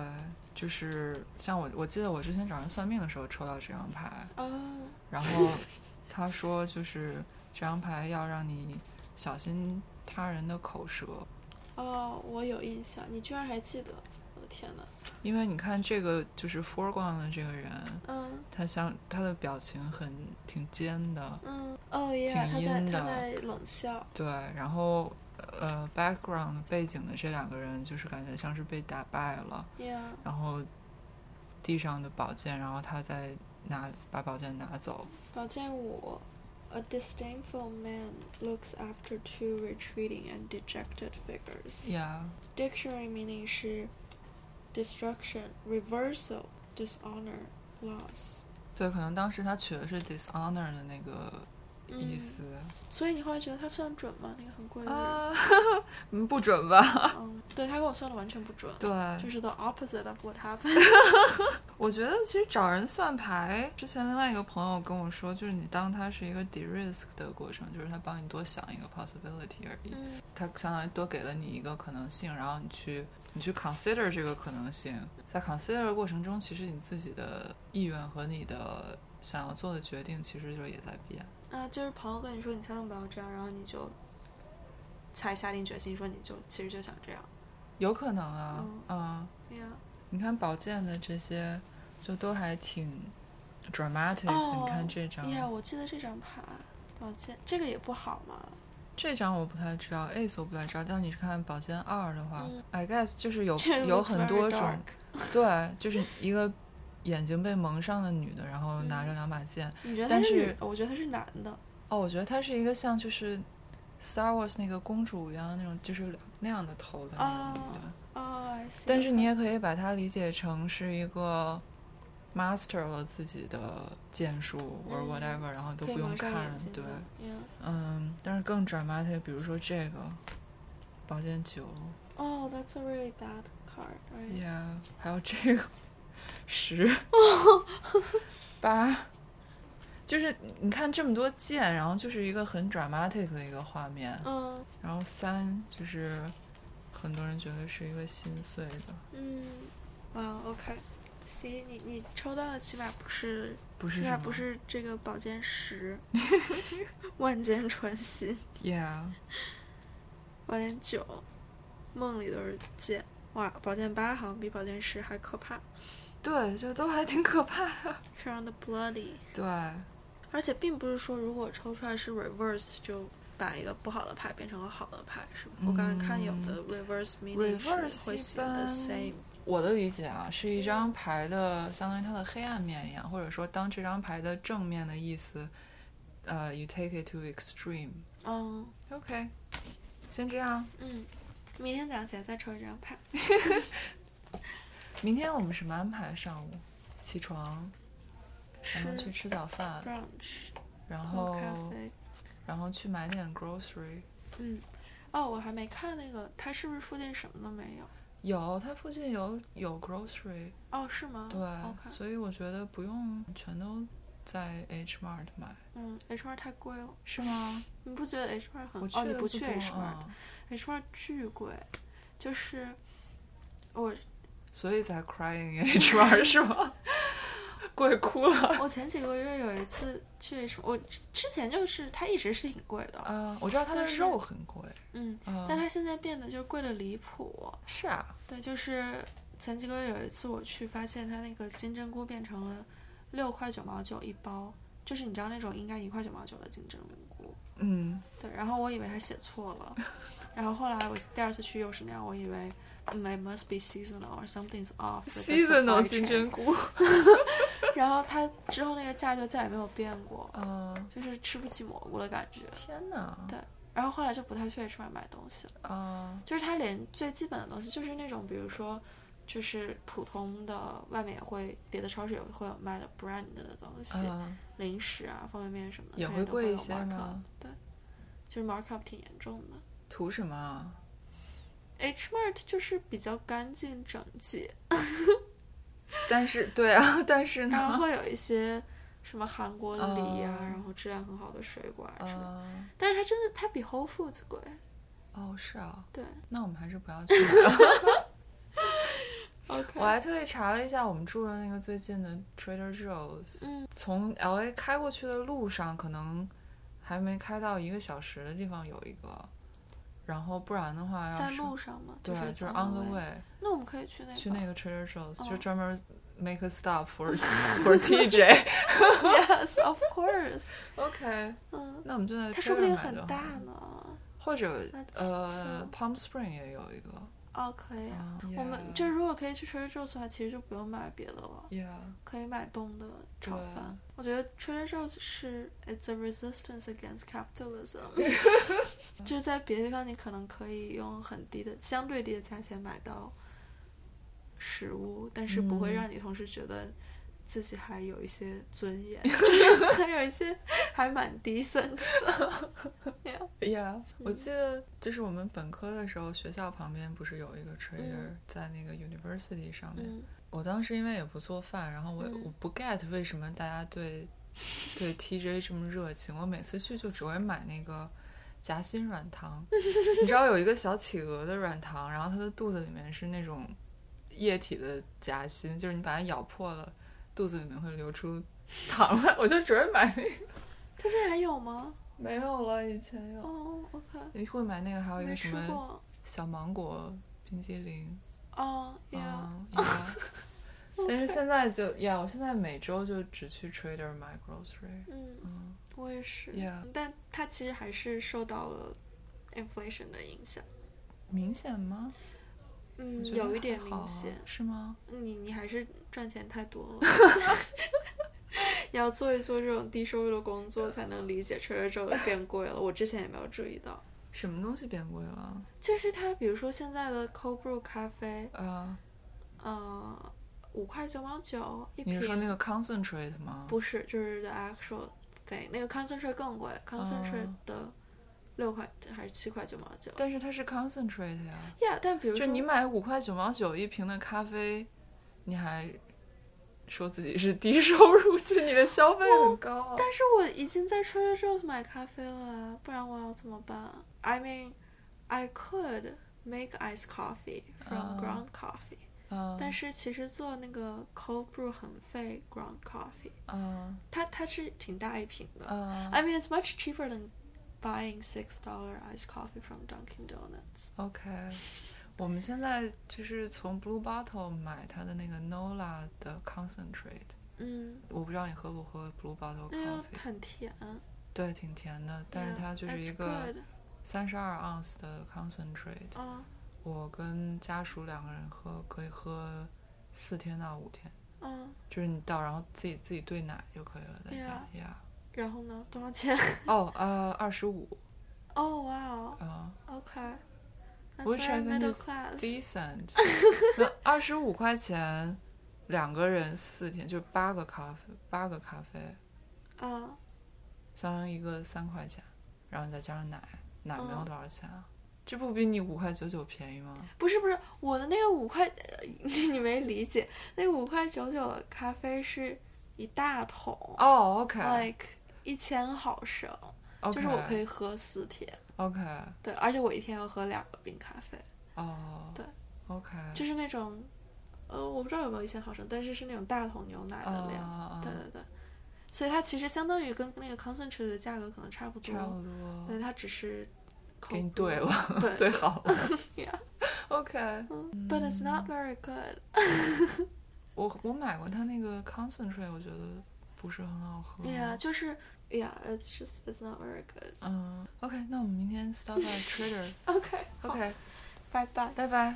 S1: 就是像我，我记得我之前找人算命的时候抽到这张牌，
S3: 哦，
S1: 然后他说就是这张牌要让你小心他人的口舌，
S3: 哦，我有印象，你居然还记得，我的天哪！
S1: 因为你看这个就是 foreground 的这个人，
S3: 嗯
S1: 他像他的表情很挺尖的，
S3: 嗯，哦耶，他在
S1: 阴
S3: 他
S1: 的
S3: 在冷笑，
S1: 对，然后呃 background 背景的这两个人就是感觉像是被打败了，
S3: 耶，
S1: 然后地上的宝剑，然后他在拿把宝剑拿走。
S3: 宝剑五，A disdainful man looks after two retreating and dejected figures.
S1: Yeah，
S3: Dictionary meaning 是 destruction, reversal, dishonor, loss。
S1: 对，可能当时他取的是 dishonor 的那个
S3: 嗯
S1: 意思、
S3: 所以你后来觉得他算准吗？那个很贵的人，
S1: Mm. 啊，嗯 不准 吧？
S3: 嗯，对他跟我算的完全不准，
S1: 对，
S3: 就是 the opposite of what happened。
S1: 我觉得其实找人算牌，之前另外一个朋友跟我说，就是你当它是一个 de-risk 的过程，就是他帮你多想一个 possibility 而已，
S3: 嗯
S1: 他相当于多给了你一个可能性，然后你去你去 consider 这个可能性，在 consider 的过程中，其实你自己的意愿和你的想要做的决定，其实就是也在变。
S3: 啊，就是朋友跟你说你千万不要这样，然后你就才下定决心说你就其实就想这样。
S1: 有可能啊，
S3: 嗯
S1: 嗯，
S3: Yeah，
S1: 你看宝剑的这些，就都还挺 dramatic 的。
S3: 哦
S1: 你看这张
S3: yeah，我记得这张牌，宝剑这个也不好嘛。
S1: 这张我不太知道，ace 我不太知道，但你看宝剑二的话、
S3: 嗯
S1: i guess 就是有
S3: 这
S1: 哦有
S3: looks
S1: 很多
S3: very
S1: 种
S3: dark，
S1: 对，就是一个眼睛被蒙上的女的，然后
S3: 嗯
S1: 拿着两把剑。
S3: 你觉得
S1: 但
S3: 他
S1: 是
S3: 女的？我觉得他是男的。
S1: 哦，我觉得她是一个像就是 Star Wars 那个公主一样的那种，就是那样的头的那种女的。
S3: 哦，I see，
S1: 但是你
S3: OK
S1: 也可以把它理解成是一个 master 了自己的剑术 or
S3: 嗯
S1: whatever，、然后都
S3: 可以
S1: 不
S3: 蒙
S1: 用
S3: 上
S1: 看
S3: 眼，睛
S1: 对
S3: 的，Yeah
S1: 嗯，但是更 dramatic，比如说这个宝剑九
S3: Oh, that's a really bad card, right?
S1: ，yeah，还有这个 十八，就是你看这么多剑，然后就是一个很 dramatic 的一个画面，
S3: 嗯
S1: 然后三就是很多人觉得是一个心碎的，
S3: 嗯，哇，OK，行，你你抽到的起码不是，
S1: 不是
S3: 起码
S1: 什么
S3: 不是这个宝剑十， 万箭穿心，
S1: ，yeah。
S3: 宝剑九，梦里都是剑。哇，宝剑八好像比宝剑十还可怕，
S1: 对，就都还挺可怕的。
S3: 非常的 bloody。
S1: 对，
S3: 而且并不是说如果抽出来是 reverse 就把一个不好的牌变成了好的牌，是吧？我刚才看有的 reverse meaning 是
S1: 嗯 reverse
S3: 会
S1: 一
S3: 写的
S1: 般
S3: same。
S1: 我的理解啊，是一张牌的，相当于它的黑暗面一样，或者说当这张牌的正面的意思，呃、y o u take it to extreme。
S3: 嗯
S1: OK，先这样。
S3: 嗯，明天早上起来再抽一张牌。
S1: 明天我们什么安排？上午起床，然
S3: 吃
S1: 后去吃早饭，
S3: brunch，
S1: 然
S3: 喝
S1: 后
S3: 咖啡。
S1: 然后去买点 grocery。
S3: 嗯，哦，我还没看那个，它是不是附近什么都没有？
S1: 有，它附近有有 grocery，
S3: 哦，是吗？
S1: 对
S3: ，OK，
S1: 所以我觉得不用全都在 H Mart 买，
S3: 嗯，H R 太贵了，
S1: 是吗？
S3: 你不觉得 H R 很
S1: 我？
S3: 哦，你
S1: 的
S3: 不去
S1: 多
S3: H R，H
S1: 嗯
S3: R 巨贵，就是我
S1: 所以才 crying in HR 是吗？ 贵哭了
S3: 我前几个月有一次去什么，我之之前就是它一直是挺贵的，
S1: 啊！我知道它的
S3: 但是
S1: 肉很贵，
S3: 嗯，
S1: 嗯，
S3: 但它现在变得就是贵的离谱。
S1: 是啊，
S3: 对，就是前几个月有一次我去，发现它那个金针菇变成了六块九毛九一包，就是你知道那种应该一块九毛九的金针菇。
S1: 嗯，
S3: 对，然后我以为他写错了，然后后来我第二次去又是那样，我以为嗯，it must be seasonal or something's off with the supply
S1: 菇，
S3: chain 然后它之后那个价就再也没有变过，
S1: 嗯，
S3: 就是吃不起蘑菇的感觉。
S1: 天哪，
S3: 对然后后来就不太去 H m 买东西了，
S1: 啊，
S3: 就是它连最基本的东西，就是那种比如说，就是普通的外面也会别的超市也会有卖的 brand 的东西，
S1: 嗯，
S3: 零食啊、方便面什么的，
S1: 也
S3: 它
S1: 会
S3: 都
S1: 贵一
S3: 有
S1: 些
S3: markup
S1: 吗？
S3: 对，就是 markup 挺严重的。
S1: 图什么啊？
S3: H Mart 就是比较干净整洁，
S1: 但是对啊， 但是
S3: 然后
S1: 呢，
S3: 会有一些什么韩国梨呀、
S1: 哦
S3: 然后质量很好的水果啊什么的。
S1: 嗯，
S3: 但是它真的，它比 Whole Foods 贵。
S1: 哦，是啊，
S3: 对
S1: 那我们还是不要去买了。
S3: ，OK，
S1: 我还特意查了一下我们住的那个最近的 Trader Joe's，
S3: 嗯
S1: 从 LA 开过去的路上，可能还没开到一个小时的地方有一个，然后不然的话要
S3: 在
S1: 是
S3: 路上嘛，
S1: 对，
S3: 是
S1: 就是
S3: on
S1: on the
S3: way。
S1: way
S3: 那我们可以去那个
S1: 去那个 Trader Joe's，、就
S3: 哦
S1: 专门 make a stop for for TJ。
S3: Yes, of course。
S1: OK，
S3: 嗯，
S1: 那我们就在
S3: 它说不
S1: Trader 呃买
S3: 定
S1: 呃
S3: 很
S1: 就好
S3: 大
S1: 了，
S3: 呢。
S1: 或者
S3: 那其次
S1: 呃 Palm Spring 也有一个，
S3: 哦，可以啊。
S1: 啊
S3: 我们就如果可以去 Trader Joe's 的话，其实就不用买别的了，
S1: ，Yeah，
S3: 可以买冻的炒
S1: 对啊
S3: 饭。我觉得 Trader Joe's 是 It's a resistance against capitalism，就是在别的地方你可能可以用很低的、相对低的价钱买到食物，但是不会
S1: 嗯
S3: 让你同时觉得自己还有一些尊严，就是还有一些还蛮 decent 的。Yeah. 嗯
S1: Yeah，我记得就是我们本科的时候，学校旁边不是有一个 trader
S3: 嗯
S1: 在那个 university 上面。
S3: 嗯
S1: 我当时因为也不做饭，然后我也、
S3: 嗯
S1: 我不 get 为什么大家对对 TJ 这么热情。我每次去就只会买那个夹心软 糖，你知道有一个小企鹅的软糖，然后它的肚子里面是那种液体的夹心，就是你把它咬破了，肚子里面会流出糖 来。我就只会买那个，
S3: 它现在还有吗？
S1: 没有了，以前有。
S3: 哦，OK，
S1: 你会买那个，还有一
S3: 没
S1: 个什
S3: 吃
S1: 么
S3: 过。
S1: 小芒果冰激凌
S3: 哦，Yeah，
S1: 啊 呀但是现在就呀我现在每周就只去 Trader 买 grocery。
S3: 嗯，
S1: 嗯，
S3: 我也是
S1: Yeah
S3: 但它其实还是受到了 inflation 的影响，
S1: 明显吗？
S3: 嗯
S1: 我，觉得
S3: 有一点
S1: 还好
S3: 明
S1: 啊
S3: 显。
S1: 是吗？
S3: 你你还是赚钱太多 了，要做一做这种低收入的工作，才能理解 Trader Joe 变贵了。我之前也没有注意到，
S1: 什么东西变贵了？
S3: 就是它，比如说现在的 cold brew 咖啡，
S1: 啊，
S3: 呃，五块九毛九一
S1: 你
S3: 瓶
S1: 是，说那个 concentrate 吗？
S3: 不是，就是 the actual thing，那个 concentrate 更贵，concentrate 的六块还是七块九毛九。
S1: 但是它是 concentrate 呀，
S3: 呀但比如
S1: 就
S3: 说
S1: 你买五块九毛九一瓶的咖啡，你还说自己是低收入， 就是你的消费很高啊。
S3: 但是我已经在 Trader Joe's 买咖啡了啊，不然我要怎么办？I mean, I could make iced coffee from
S1: 啊
S3: ground coffee，、
S1: 嗯，
S3: 但是其实做那个 cold brew 很费 ground coffee，
S1: 嗯
S3: 它它是挺大一瓶的。
S1: 嗯
S3: I mean, it's much cheaper than buying six dollar iced coffee from Dunkin' Donuts。
S1: OK，我们现在就是从 Blue Bottle 买它的那个 Nola 的 Concentrate，
S3: 嗯，
S1: 我不知道你喝不喝 Blue Bottle
S3: 那个
S1: Coffee，
S3: 很甜，
S1: 对，挺甜的，但是
S3: Yeah，
S1: 它就是一
S3: 哎 it's
S1: 个
S3: good，
S1: 三十二盎司的 Concentrate，
S3: 啊
S1: 我跟家属两个人喝可以喝四天到五天，
S3: 嗯，
S1: 就是你倒然后自己自己兑奶就可以了，在家呀。
S3: 然后呢？多少钱？
S1: 哦，呃，二十五，
S3: 哦，哇哦。
S1: 啊
S3: Okay. That's
S1: Which
S3: very
S1: I think
S3: middle
S1: is
S3: class.
S1: ，decent，二十五块钱，两个人四天就八个咖啡，八个咖啡。
S3: 啊，
S1: 相当于一个三块钱，然后你再加上奶，奶没有多少钱啊，这不比你五块九九便宜吗？
S3: 不是不是，我的那个五块，呃 你你没理解，那个五块九九的咖啡是一大桶、
S1: 哦，OK，
S3: l i k e 一千毫升哎就是我可以喝四天。
S1: OK，
S3: 对，而且我一天要喝两个冰咖啡，
S1: 哦，
S3: 对
S1: ，OK，
S3: 就是那种，呃，我不知道有没有一千毫升，但是是那种大桶牛奶的量。
S1: 啊，
S3: 对对对，所以它其实相当于跟那个 concentrate 的价格可能差不多，
S1: 差不多，
S3: 但它只是
S1: 给你
S3: cold brew
S1: 兑了，
S3: 对
S1: 兑好了
S3: Yeah
S1: ，OK，
S3: But it's not very good.
S1: 我我买过它那个 concentrate，我觉得不是很好喝。
S3: Yeah，就是哎 Yeah, it's just it's not very good.
S1: 嗯，OK，那我们明天 stop at Trader，OK，
S3: OK，拜拜。
S1: 拜拜。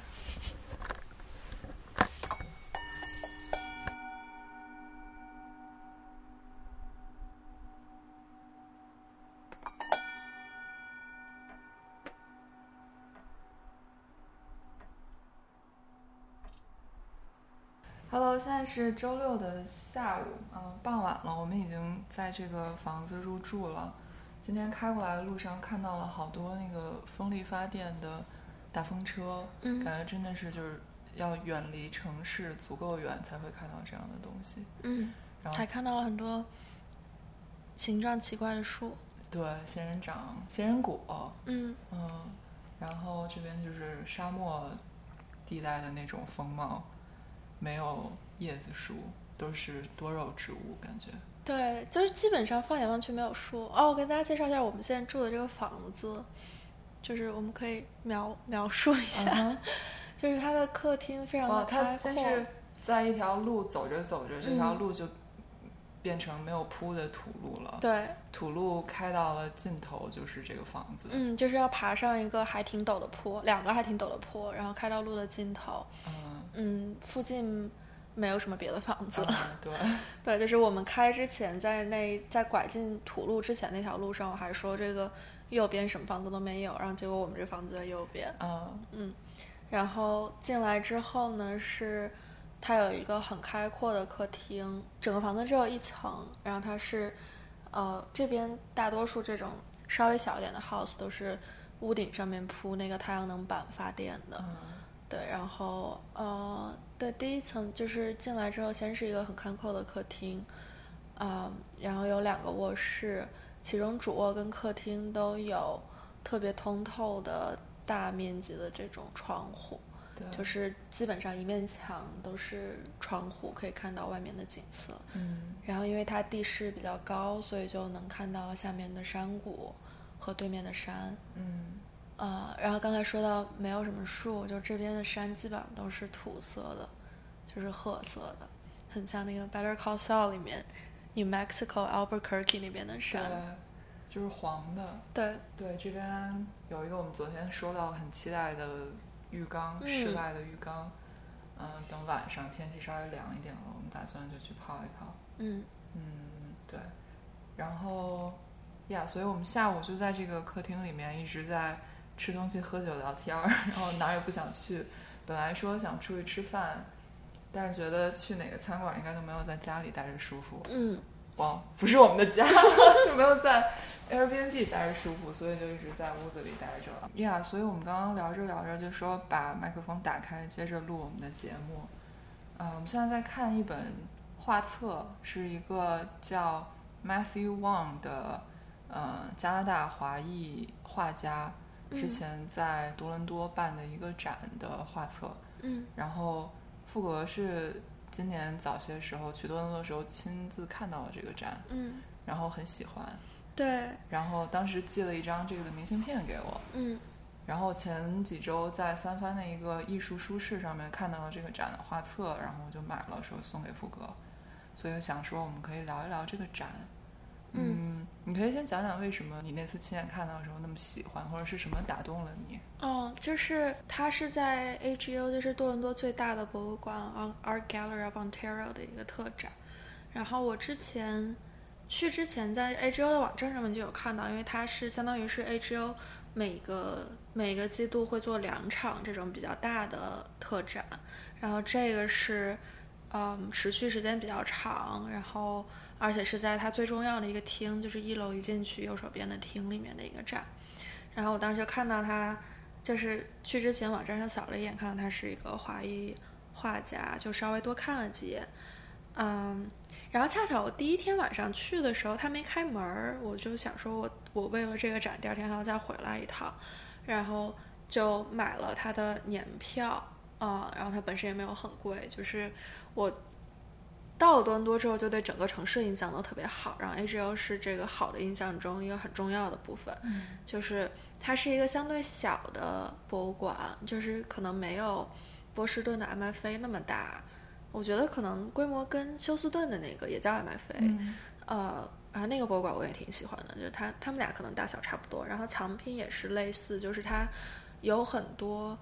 S1: Hello，现在是周六的下午，嗯、傍晚了，我们已经在这个房子入住了。今天开过来的路上看到了好多那个风力发电的大风车，
S3: 嗯
S1: 感觉真的是就是要远离城市足够远才会看到这样的东西。
S3: 嗯，
S1: 然后
S3: 还看到了很多形状奇怪的树。
S1: 对仙人掌、仙人果，
S3: 嗯
S1: 嗯，然后这边就是沙漠地带的那种风貌，没有叶子树，都是多肉植物，感觉。
S3: 对，就是基本上放眼望去没有树。哦，我跟大家介绍一下我们现在住的这个房子，就是我们可以描描述一下，
S1: 嗯
S3: 就是它的客厅非常
S1: 哇，
S3: 的
S1: 它
S3: 开
S1: 先
S3: 阔。
S1: 是在一条路走着走着，这条
S3: 嗯
S1: 路就变成没有铺的土路了。
S3: 对，
S1: 土路开到了尽头就是这个房子。
S3: 嗯，就是要爬上一个还挺陡的坡，两个还挺陡的坡，然后开到路的尽头。
S1: 嗯，
S3: 嗯，附近没有什么别的房子。
S1: 啊对，
S3: 对，就是我们开之前，在那在拐进土路之前那条路上，我还说这个右边什么房子都没有，然后结果我们这房子在右边。
S1: 嗯
S3: 然后进来之后呢，是它有一个很开阔的客厅，整个房子只有一层，然后它是呃这边大多数这种稍微小一点的 house 都是屋顶上面铺那个太阳能板发电的。
S1: 嗯
S3: 对，然后呃，对，第一层就是进来之后，先是一个很宽阔的客厅，啊、然后有两个卧室，其中主卧跟客厅都有特别通透的大面积的这种窗户，
S1: 对，
S3: 就是基本上一面墙都是窗户，可以看到外面的景色。
S1: 嗯
S3: 然后因为它地势比较高，所以就能看到下面的山谷和对面的山。
S1: 嗯
S3: 呃，然后刚才说到没有什么树，就这边的山基本上都是土色的，就是褐色的，很像那个《Better Call Saul》里面 New Mexico Albuquerque 那边的
S1: 对
S3: 山。，
S1: 就是黄的。
S3: 对
S1: 对，这边有一个我们昨天说到很期待的浴缸，
S3: 嗯
S1: 室外的浴缸。嗯，等晚上天气稍微凉一点了，我们打算就去泡一泡。
S3: 嗯
S1: 嗯，对。然后呀，所以我们下午就在这个客厅里面一直在吃东西、喝酒、聊天儿， 然后哪儿也不想去。本来说想出去吃饭，但是觉得去哪个餐馆应该都没有在家里待着舒服。
S3: 嗯，
S1: 哇，不是我们的家， 就没有在 Airbnb 待着舒服，所以就一直在屋子里待着了。呀、所以我们刚刚聊着聊着就说把麦克风打开，接着录我们的节目。呃，我们现在在看一本画册，是一个叫 Matthew Wong 的，呃，加拿大华裔画家，之前在多伦多办的一个展的画册。
S3: 嗯，
S1: 然后富格是今年早些时候去多伦多的时候亲自看到了这个展，
S3: 嗯，
S1: 然后很喜欢，
S3: 对，
S1: 然后当时寄了一张这个的明信片给我。
S3: 嗯
S1: 然后前几周在三藩的一个艺术书市上面看到了这个展的画册，然后我就买了，说送给富格。所以我想说，我们可以聊一聊这个展。
S3: 嗯
S1: 嗯，你可以先讲讲为什么你那次亲眼看到的时候那么喜欢，或者是什么打动了你？
S3: 哦，就是它是在 AGO，就是多伦多最大的博物馆 On Art Gallery of Ontario 的一个特展。然后我之前去之前，在 AGO 的网站上面就有看到，因为它是相当于是 AGO 每个每个季度会做两场这种比较大的特展，然后这个是嗯持续时间比较长，然后而且是在它最重要的一个厅，就是一楼一进去右手边的厅里面的一个展。然后我当时就看到它。就是去之前网站上扫了一眼，看到他是一个华裔画家，就稍微多看了几眼。嗯，然后恰巧我第一天晚上去的时候，他没开门儿，我就想说我我为了这个展，第二天还要再回来一趟，然后就买了他的年票啊、然后它本身也没有很贵，就是我到了多伦多之后，就对整个城市印象都特别好，然后 AGO 是这个好的印象中一个很重要的部分，就是它是一个相对小的博物馆，就是可能没有波士顿的 MFA 那么大，我觉得可能规模跟休斯顿的那个也叫
S1: 嗯
S3: MFA，、呃，然后那个博物馆我也挺喜欢的，就是它它们俩可能大小差不多，然后藏品也是类似，就是它有很多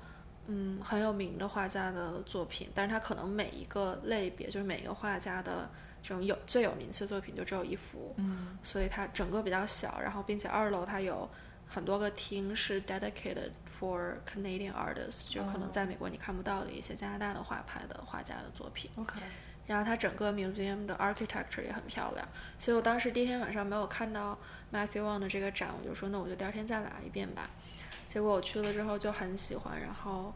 S3: 嗯很有名的画家的作品，但是它可能每一个类别就是每一个画家的这种有最有名气的作品就只有一幅，
S1: 嗯
S3: 所以它整个比较小，然后并且二楼它有很多个厅是 dedicated for Canadian artists，就可能在美国你看不到的一些加拿大的画派的画家的作品。
S1: ，OK，
S3: 然后它整个 museum 的 architecture 也很漂亮，所以我当时第一天晚上没有看到 Matthew Wang 的这个展，我就说那我就第二天再来一遍吧。结果我去了之后就很喜欢，然后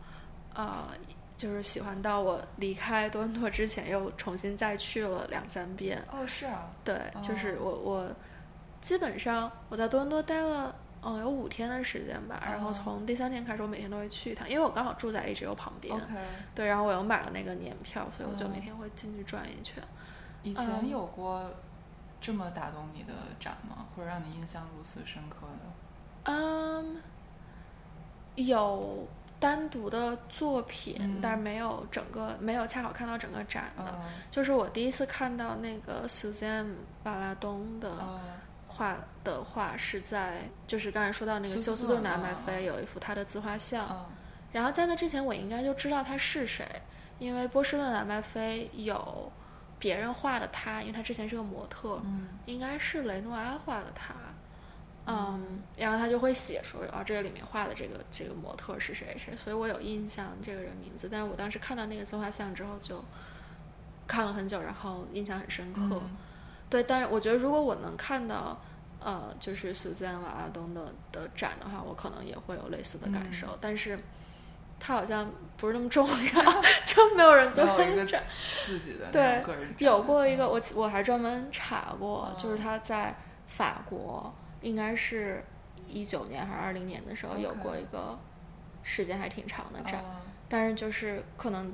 S3: 呃，就是喜欢到我离开多伦多之前又重新再去了两三遍。
S1: 哦，是啊，
S3: 对，就是我我基本上我在多伦多待了。嗯，有五天的时间吧，然后
S1: 哦
S3: 从第三天开始，我每天都会去一趟，因为我刚好住在 AGO 旁边
S1: OK，
S3: 对，然后我又买了那个年票，所以我就
S1: 嗯
S3: 每天会进去转一圈。
S1: 以
S3: 嗯
S1: 前有过这么打动你的展吗？或者让你印象如此深刻的？
S3: 嗯，有，单独的作品，
S1: 嗯
S3: 但是没有整个没有恰好看到整个展的，
S1: 啊
S3: 就是我第一次看到那个 Suzanne 巴拉东的
S1: 啊
S3: 画的画是在，就是刚才说到那个
S1: 休斯
S3: 休斯顿
S1: 顿
S3: 南
S1: 啊
S3: 麦
S1: 啊
S3: 菲有一幅他的自画像，
S1: 啊
S3: 然后在那之前我应该就知道他是谁，因为波士顿南麦菲有别人画的他，因为他之前是个模特，
S1: 嗯
S3: 应该是雷诺阿画的他。嗯，然后他就会写说，啊，这个里面画的这个这个模特是谁谁，所以我有印象这个人名字，但是我当时看到那个自画像之后就看了很久，然后印象很深刻。
S1: 嗯
S3: 对，但是我觉得如果我能看到，呃，就是 Suzanne 瓦拉东的的展的话，我可能也会有类似的感
S1: 嗯
S3: 受，但是它好像不是那么重要， 就没有人做
S1: 没有一个
S3: 展。
S1: 自己的嗯
S3: 对
S1: 那种个人展
S3: 有过一个，我我还专门查过，就是
S1: 哦
S3: 他在法国，应该是一九年还是二零年的时候有
S1: OK
S3: 过一个时间还挺长的展，
S1: 啊
S3: 但是就是可能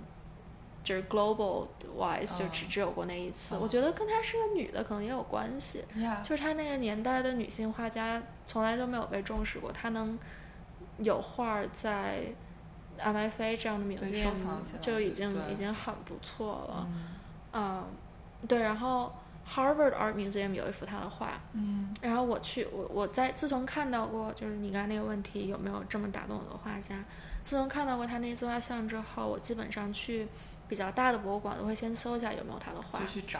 S3: 就是 global wise 就只
S1: 哦
S3: 只有过那一次。我
S1: 哦
S3: 觉得跟她是个女的可能也有关系，
S1: 嗯呀
S3: 就是她那个年代的女性画家从来就没有被重视过，她能有画儿在 MFA 这样的
S1: 被收
S3: museum
S1: 藏起来
S3: 就已经
S1: 对
S3: 已经很不错了。
S1: 嗯
S3: 嗯，对，然后 Harvard Art Museum 有一幅他的画，
S1: 嗯
S3: 然后我去，我我在自从看到过，就是你刚才那个问题有没有这么打动我的画家，自从看到过他那自画像之后，我基本上去比较大的博物馆都会先搜一下有没有他的画
S1: 就，去找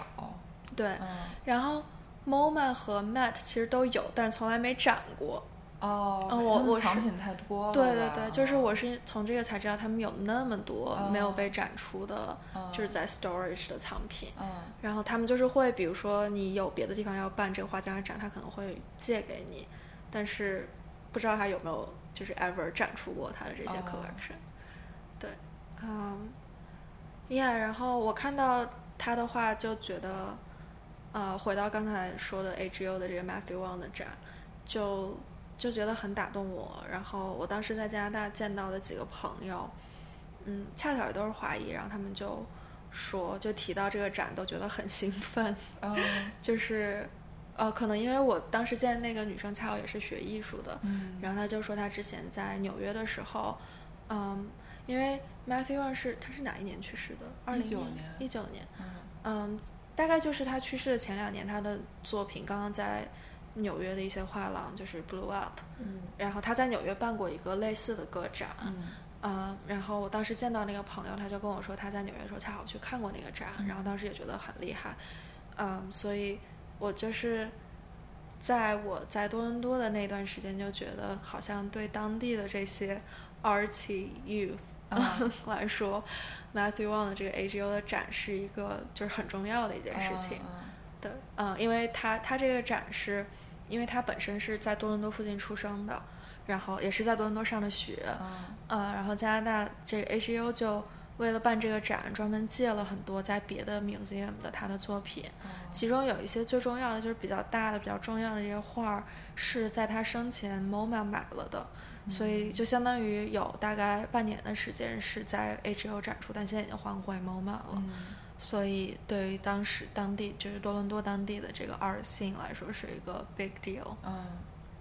S3: 对，
S1: 嗯
S3: 然后 MoMA 和 Met 其实都有，但是从来没展过，
S1: 哦
S3: 嗯
S1: 对
S3: 我
S1: 他们
S3: 我
S1: 藏
S3: 是
S1: 品太多了吧，
S3: 对对对，就是我是从这个才知道他们有那么多没有
S1: 哦
S3: 被展出的，
S1: 嗯
S3: 就是在 storage 的藏品。
S1: 嗯
S3: 然后他们就是会，比如说你有别的地方要办这个画家展，他可能会借给你，但是不知道他有没有就是 ever 展出过他的这些
S1: 哦
S3: collection。对，嗯、y e a h 然后我看到他的话就觉得，呃，回到刚才说的 AGO 的这个 Matthew Wang 的展，就就觉得很打动我。然后我当时在加拿大见到的几个朋友，嗯，恰巧也都是华裔，然后他们就说，就提到这个展，都觉得很兴奋。
S1: 嗯
S3: 就是，呃，可能因为我当时见那个女生恰好也是学艺术的，
S1: 嗯
S3: 然后她就说她之前在纽约的时候，嗯，因为 Matthew Wang 是他是哪一年去世的？二零
S1: 19
S3: 一九年，
S1: 嗯
S3: 嗯，大概就是他去世的前两年，他的作品刚刚在纽约的一些画廊就是 blew up，
S1: 嗯
S3: 然后他在纽约办过一个类似的个展，
S1: 嗯
S3: 嗯，然后我当时见到那个朋友，他就跟我说他在纽约的时候恰好去看过那个展，然后当时也觉得很厉害，嗯，所以我就是在我在多伦多的那段时间就觉得好像对当地的这些 arty youth
S1: 啊
S3: 来说，Matthew Wang 的这个 AGO 的展是一个就是很重要的一件
S1: 啊
S3: 事情，对，嗯，因为他他这个展是，因为他本身是在多伦多附近出生的，然后也是在多伦多上的学，
S1: 嗯
S3: 呃，然后加拿大这个 AGU 就为了办这个展，专门借了很多在别的 museum 的他的作品，
S1: 啊
S3: 其中有一些最重要的就是比较大的、比较重要的这些画儿是在他生前 MoMA 买了的，所以就相当于有大概半年的时间是在 AGU 展出，但现在已经还回 MoMA 了。
S1: 嗯
S3: 所以对于当时当地就是多伦多当地的这个 art scene 来说是一个 big deal。
S1: 嗯，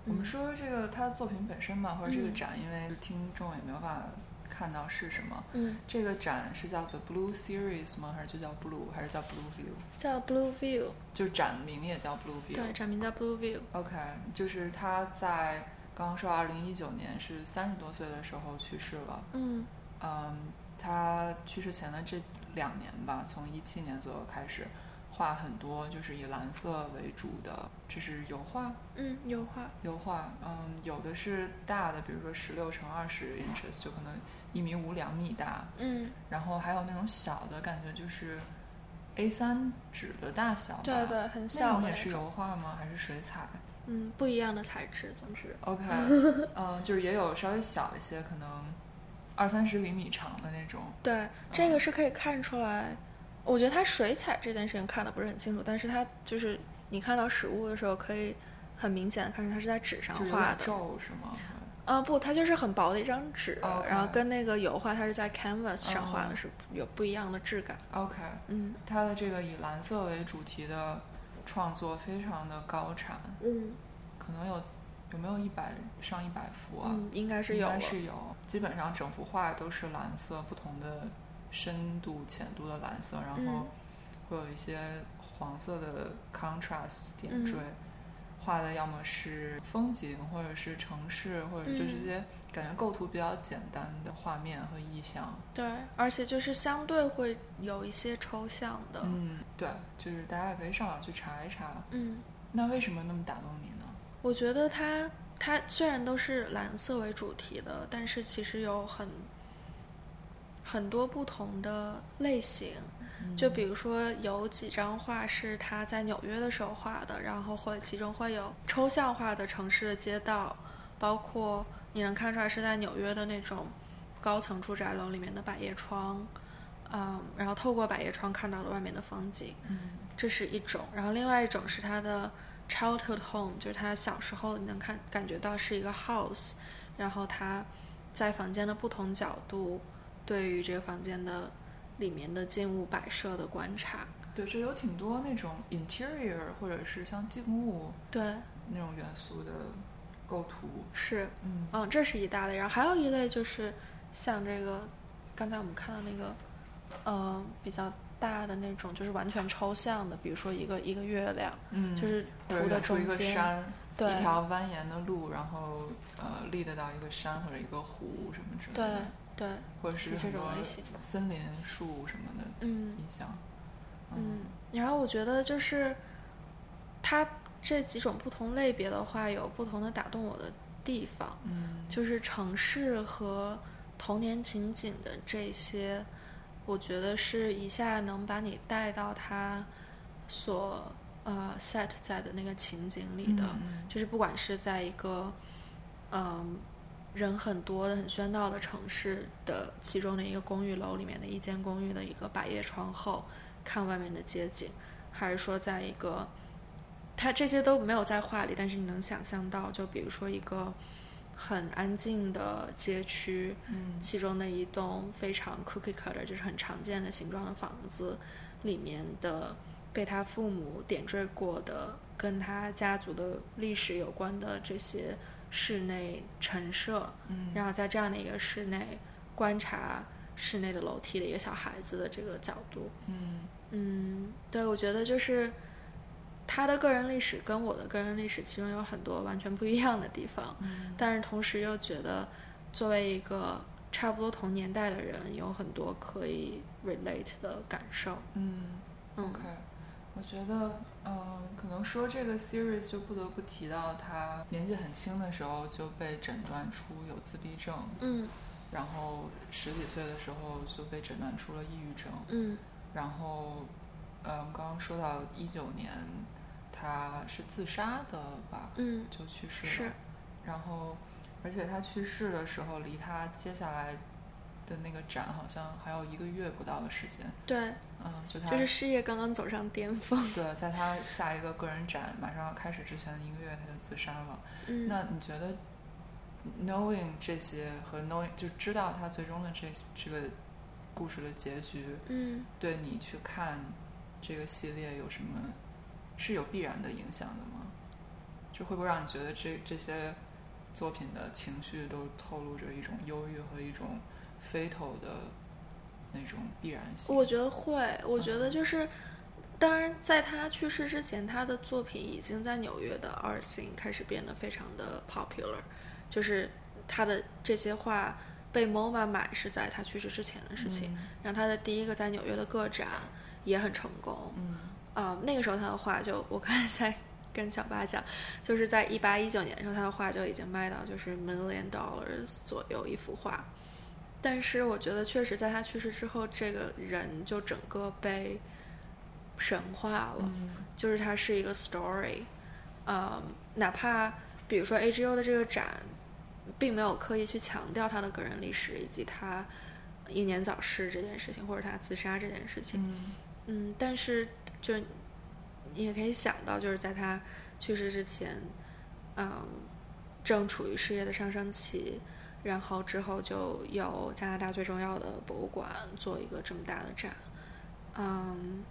S1: 我们说说这个他的作品本身吧，或者这个
S3: 嗯
S1: 展，因为听众也没有办法看到是什么。
S3: 嗯，
S1: 这个展是叫 The Blue Series 吗？还是就叫 Blue，还是叫 Blue View？
S3: 叫 Blue View，
S1: 就是展名也叫 Blue View。
S3: 对，展名叫 Blue View。
S1: OK，就是他在刚刚说二零一九年是三十多岁的时候去世了。
S3: 嗯
S1: 嗯，他去世前的这两年吧，从一七年左右开始，画很多就是以蓝色为主的，这是油画。
S3: 嗯，油画。
S1: 油画，嗯，有的是大的，比如说十六乘二十 inches，就可能一米五、两米大，
S3: 嗯，
S1: 然后还有那种小的，感觉就是 A 三纸的大小吧。
S3: 对对，很
S1: 那
S3: 小
S1: 种
S3: 的
S1: 也
S3: 那
S1: 是
S3: 种
S1: 油画吗？还是水 彩
S3: 嗯，不一样的材质，总之，
S1: ？OK，嗯，就是也有稍微小一些，可能二三十厘米长的那种。
S3: 对，这个是可以看出来。我觉得它水彩这件事情看的不是很清楚，但是它就是你看到实物的时候，可以很明显的看出它是在纸上
S1: 就是有
S3: 画
S1: 点
S3: 的。
S1: 皱是吗？
S3: 啊，不，它就是很薄的一张纸，
S1: OK
S3: 然后跟那个油画它是在 canvas 上画的
S1: 哦
S3: 是有不一样的质感。
S1: OK，
S3: 嗯
S1: 它的这个以蓝色为主题的创作非常的高产，
S3: 嗯
S1: 可能有有没有一百上一百幅啊？
S3: 嗯，应该是
S1: 应
S3: 有
S1: 该
S3: 了。
S1: 是有，基本上整幅画都是蓝色，不同的深度、浅度的蓝色，然后
S3: 嗯
S1: 会有一些黄色的 contrast 点
S3: 嗯
S1: 缀，画的要么是风景，或者是城市，或者就是
S3: 嗯
S1: 一些感觉构图比较简单的画面和意象。
S3: 对，而且就是相对会有一些抽象的。
S1: 嗯，对，就是大家也可以上网去查一查。
S3: 嗯
S1: 那为什么那么打动你呢？
S3: 我觉得它它虽然都是蓝色为主题的，但是其实有很很多不同的类型。
S1: 嗯
S3: 就比如说有几张画是他在纽约的时候画的，然后会其中会有抽象化的城市的街道，包括你能看出来是在纽约的那种高层住宅楼里面的百叶窗，嗯，然后透过百叶窗看到了外面的风景。
S1: 嗯
S3: 这是一种，然后另外一种是他的 childhood home，就是他小时候你能看感觉到是一个 house，然后他在房间的不同角度对于这个房间的里面的静物摆设的观察，
S1: 对，就有挺多那种 interior 或者是像静物
S3: 对，
S1: 那种元素的构图。
S3: 是，
S1: 嗯，
S3: 嗯，这是一大类，然后还有一类就是像这个刚才我们看到那个，呃，比较大的那种就是完全抽象的，比如说一个一个月亮，
S1: 嗯
S3: 就是
S1: 或者
S3: 图的
S1: 远处一
S3: 中
S1: 个
S3: 间，
S1: 山，
S3: 对
S1: 一条蜿蜒的路，然后呃立得到一个山或者一个湖什么之类
S3: 对
S1: 的，
S3: 对，
S1: 或者是
S3: 是这
S1: 很
S3: 种
S1: 多
S3: 类型的
S1: 森林、树什么的
S3: 嗯。
S1: 印象。
S3: 嗯，然后我觉得就是它这几种不同类别的话，有不同的打动我的地方，
S1: 嗯
S3: 就是城市和童年情景的这些，我觉得是一下能把你带到它所呃 set 在的那个情景里的，
S1: 嗯
S3: 就是不管是在一个嗯、人很多的、很喧闹的城市的其中的一个公寓楼里面的一间公寓的一个百叶窗后看外面的街景，还是说在一个它这些都没有在画里，但是你能想象到，就比如说一个很安静的街区，
S1: 嗯
S3: 其中的一栋非常 cookie cutter，就是很常见的形状的房子里面的被他父母点缀过的，跟他家族的历史有关的这些室内陈设，
S1: 嗯
S3: 然后在这样的一个室内观察室内的楼梯的一个小孩子的这个角度，
S1: 嗯
S3: 嗯，对，我觉得就是他的个人历史跟我的个人历史其中有很多完全不一样的地方，
S1: 嗯
S3: 但是同时又觉得作为一个差不多同年代的人，有很多可以 relate 的感受。
S1: 嗯
S3: 嗯
S1: ，OK。我觉得，嗯，可能说这个 series 就不得不提到他年纪很轻的时候就被诊断出有自闭症，
S3: 嗯
S1: 然后十几岁的时候就被诊断出了抑郁症。
S3: 嗯
S1: 然后，嗯，刚刚说到一九年，他是自杀的吧？
S3: 嗯，
S1: 就去世了。
S3: 是，
S1: 然后，而且他去世的时候，离他接下来的那个展好像还有一个月不到的时间。
S3: 对，
S1: 嗯，就他
S3: 就是事业刚刚走上 巅峰。
S1: 对，在他下一个个人展马上要开始之前一个月，他就自杀了。
S3: 嗯，
S1: 那你觉得，knowing 这些和 knowing 就知道他最终的这这个故事的结局，
S3: 嗯
S1: 对你去看这个系列有什么是有必然的影响的吗？就会不会让你觉得这这些作品的情绪都透露着一种忧郁和一种 fatal 的那种必然性？
S3: 我觉得会，我觉得就是，当然，在他去世之前，他的作品已经在纽约的二星开始变得非常的 popular，就是他的这些画被 MoMA 买是在他去世之前的事情，
S1: 嗯
S3: 然后他的第一个在纽约的个展也很成功，
S1: 嗯
S3: 啊、那个时候他的画就我刚才在跟小八讲，就是在一八一九年的时候，他的画就已经卖到就是 million dollars 左右一幅画。但是我觉得，确实在他去世之后，这个人就整个被神化了，
S1: 嗯
S3: 就是它是一个 story，呃，哪怕比如说 A G U 的这个展，并没有刻意去强调他的个人历史以及他英年早逝这件事情，或者他自杀这件事情，
S1: 嗯
S3: 嗯，但是就你也可以想到，就是在他去世之前，嗯，正处于事业的上升期，然后之后就有加拿大最重要的博物馆做一个这么大的展，嗯，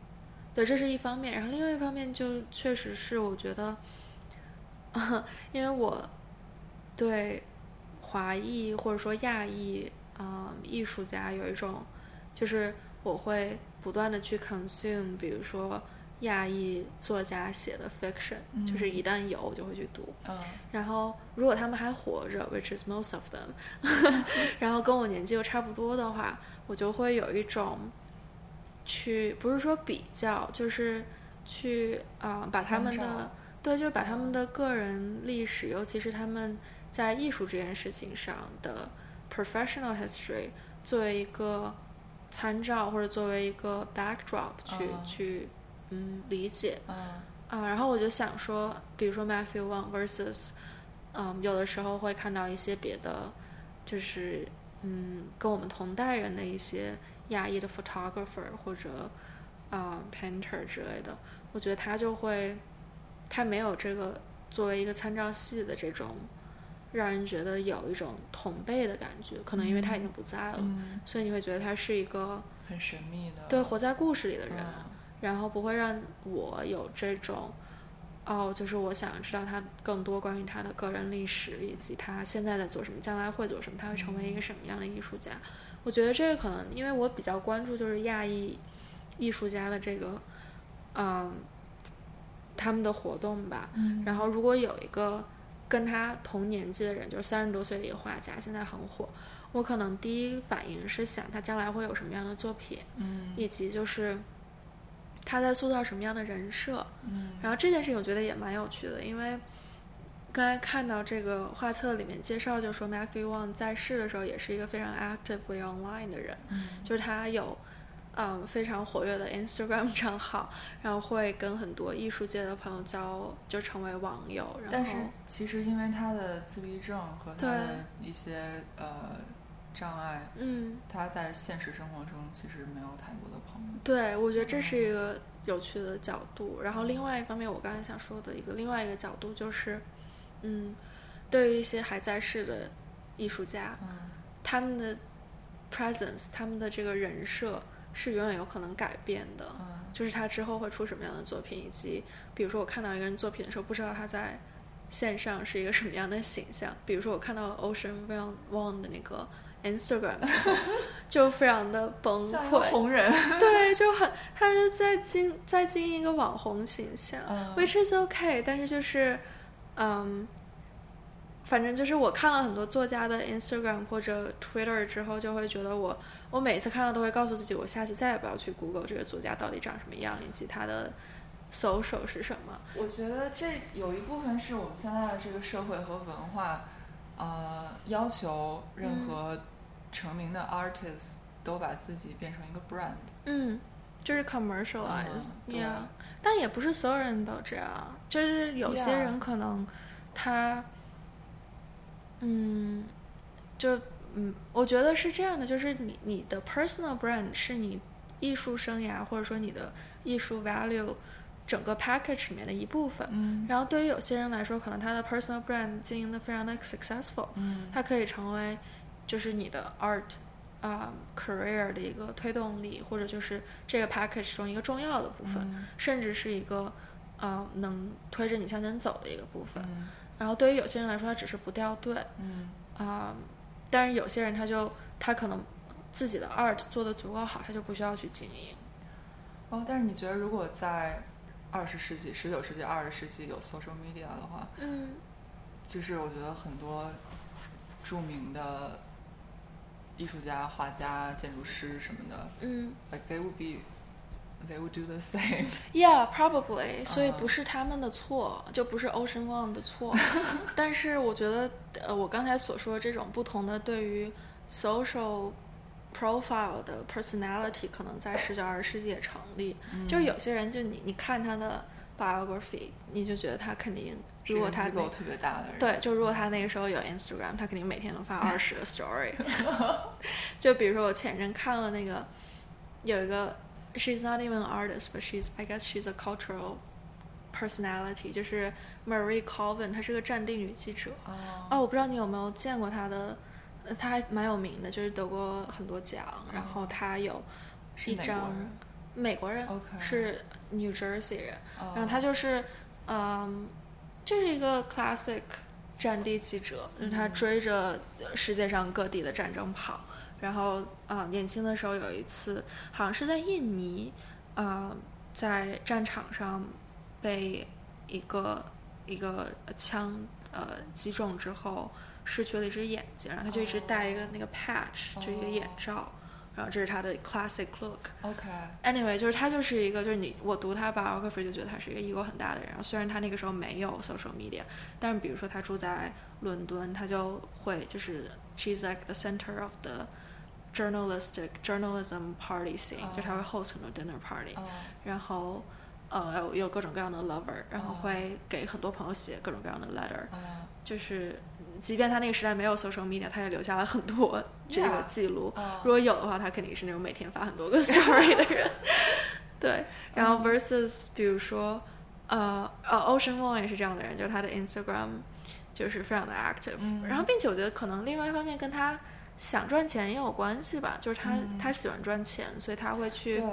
S3: 对，这是一方 面，然后另外一方面就确实是我觉得，因为我对华裔或者说亚裔嗯艺术家有一种，就是我会不断的去 consume，比如说亚裔作家写的 fiction，、就是一旦有我就会去读。
S4: 嗯
S3: 然后如果他们还活着，which is most of them，然 后跟我年纪又差不多的话，我就会有一种去不是说比较，就是去啊、呃把他们
S4: 参
S3: 的
S4: 照
S3: 对，就是把他们的个人历史，尤其是他们在艺术这件事情上的 professional history 作为一个参照或者作为一个 backdrop 去、
S4: 嗯
S3: 去嗯理解。
S4: 嗯
S3: 啊，然后我就想说，比如说 Matthew Wang versus，嗯，有的时候会看到一些别的，就是嗯，跟我们同代人的一些亚裔的 photographer 或者啊、painter 之类的，我觉得他就会，他没有这个作为一个参照系的这种，让人觉得有一种同辈的感觉，可能因为他已经不在了，
S4: 嗯，
S3: 所以你会觉得他是一个
S4: 很神秘的，
S3: 对活在故事里的人。
S4: 嗯
S3: 然后不会让我有这种，哦，就是我想知道他更多关于他的个人历史，以及他现在在做什么，将来会做什么，他会成为一个什么样的艺术家。我觉得这个可能，因为我比较关注就是亚裔艺术家的这个，嗯，他们的活动吧。
S4: 嗯
S3: 然后如果有一个跟他同年纪的人，就是三十多岁的一个画家，现在很火，我可能第一反应是想他将来会有什么样的作品。
S4: 嗯
S3: 以及就是他在塑造什么样的人设。
S4: 嗯
S3: 然后这件事情我觉得也蛮有趣的，因为刚才看到这个画册里面介绍，就说 Matthew Wang 在世的时候也是一个非常 actively online 的人，
S4: 嗯
S3: 就是他有。嗯，非常活跃的 Instagram 账号，然后会跟很多艺术界的朋友交，就成为网友。然后
S4: 但是其实因为他的自闭症和他
S3: 对
S4: 的一些呃障碍，
S3: 嗯，
S4: 他在现实生活中其实没有太多的朋友。
S3: 对，我觉得这是一个有趣的角度。然后另外一方面，我刚才想说的一个另外一个角度就是，嗯，对于一些还在世的艺术家，
S4: 嗯
S3: 他们的 presence，他们的这个人设是永远有可能改变的。
S4: 嗯
S3: 就是他之后会出什么样的作品，以及比如说我看到一个人作品的时候，不知道他在线上是一个什么样的形象。比如说我看到了 Ocean Wang Wang 的那个 Instagram 之后 就非常的崩
S4: 像一个
S3: 溃，
S4: 红人，
S3: 对，就很，他就在经在经营一个网红形象、
S4: 嗯
S3: w h i c h is okay，但是就是，嗯，反正就是我看了很多作家的 Instagram 或者 Twitter 之后，就会觉得我我每次看到都会告诉自己，我下次再也不要去 Google 这个作家到底长什么样，以及他的 social 是什么。
S4: 我觉得这有一部分是我们现在的这个社会和文化，呃，要求任何成名的 artist 都把自己变成一个 brand。
S3: 嗯，就是
S1: 哦
S3: commercialize，、
S4: 嗯对
S3: y e a
S1: 啊
S3: h 但也不是所有人都这样，就是有些
S4: Yeah
S3: 人可能他嗯，就嗯，我觉得是这样的，就是你你的 personal brand 是你艺术生涯或者说你的艺术 value 整个 package 里面的一部分。
S4: 嗯
S3: 然后对于有些人来说，可能他的 personal brand 经营的非常的 successful，
S4: 嗯
S3: 它可以成为就是你的 art 啊、career 的一个推动力，或者就是这个 package 中一个重要的部分，
S4: 嗯
S3: 甚至是一个啊能推着你向前走的一个部分。
S4: 嗯
S3: 然后对于有些人来说，他只是不掉队
S4: 嗯
S3: 啊、但是有些人他就他可能自己的 art 做的足够好，他就不需要去经营。
S4: 哦，但是你觉得如果在二十世纪、十九世纪、二十世纪有 social media 的话，
S3: 嗯，
S4: 就是我觉得很多著名的艺术家、画家、建筑师什么的
S3: 嗯
S4: ，like they would be they would do the same。
S3: ，Yeah, probably。所以
S4: 啊
S3: 不是他们的错，就不是 Ocean One 的错。 但是我觉得，呃，我刚才所说的这种不同的对于 social profile 的 personality，可能在十九二十世纪也成立。嗯
S4: 嗯
S3: 就是有些人，就你你看他的 biography，你就觉得他肯定，
S4: 是
S3: 如
S4: 一
S3: 果
S4: 个
S3: 他
S4: ego
S3: 那
S4: 特别大的人，
S3: 对，就如果他那个时候有 Instagram，他肯定每天能发二 十个 story。就比如说我前阵看了那个，有一个 she's not even an artist, but she's I guess she's a cultural personality，就是 Marie Colvin，她是个战地女记者。
S4: 哦，
S3: 哦，我不知道你有没有见过她的，呃她还蛮有名的，就是得过很多奖，然后她有
S4: 是
S3: 一
S4: 哪国
S3: 张
S4: 人
S3: 美国人
S4: OK
S3: 是 New Jersey 人。
S4: 哦
S3: 然后他就是，嗯，这是一个 classic 战地记者，就是他追着世界上各地的战争跑。然后啊、呃年轻的时候有一次，好像是在印尼，啊、在战场上被一个一个枪呃击中之后，失去了一只眼睛，然后他就一直戴一个那个 patch，就一个眼
S1: 哦
S3: 罩。然后这是他的 classic look，
S1: OK，
S3: Anyway，就是他就是一个，就是你我读他 biography 就觉得他是一个 ego 很大的人。虽然他那个时候没有 social media，但是比如说他住在伦敦，他就会就是 she's like the center of the journalistic journalism party scene，、
S1: 哦
S3: 就他会 host 很多 dinner party，、
S1: 哦
S3: 然后呃有有各种各样的 lover，然后会给很多朋友写各种各样的 letter，、
S1: 哦
S3: 就是嗯即便他那个时代没有 social media，他也留下了很多这个
S1: Yeah
S3: 记录。
S1: 哦
S3: 如果有的话，他肯定是那种每天发很多个 story 的人。对，然
S1: 嗯
S3: 后 versus 比如说，呃呃，Ocean Wong 也是这样的人，就是他的 Instagram 就是非常的 active，、
S1: 嗯
S3: 然后并且我觉得可能另外一方面跟他想赚钱也有关系吧，就是他、
S1: 嗯
S3: 他喜欢赚钱，所以他会去
S1: 对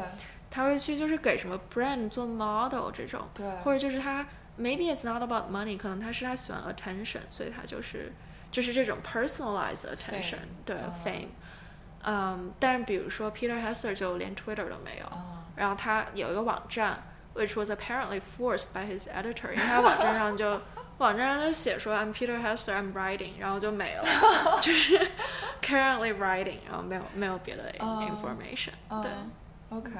S3: 他会去就是给什么 brand 做 model 这种，
S1: 对，
S3: 或者就是他 maybe it's not about money，可能他是他喜欢 attention，所以他就是就是这种 personalized attention，对、
S1: 嗯
S3: fame。嗯，但是比如说 Peter Hessler 就连 Twitter 都没有，
S4: 哦
S1: 啊
S3: 然后他有一个网站，which was apparently forced by his editor，因为他网站上就 网站上就写说 I'm Peter Hessler I'm writing，然后就没了，就是 currently writing，然后没有没有别的
S1: 嗯
S3: information，、
S1: 嗯
S3: 对，
S1: OK，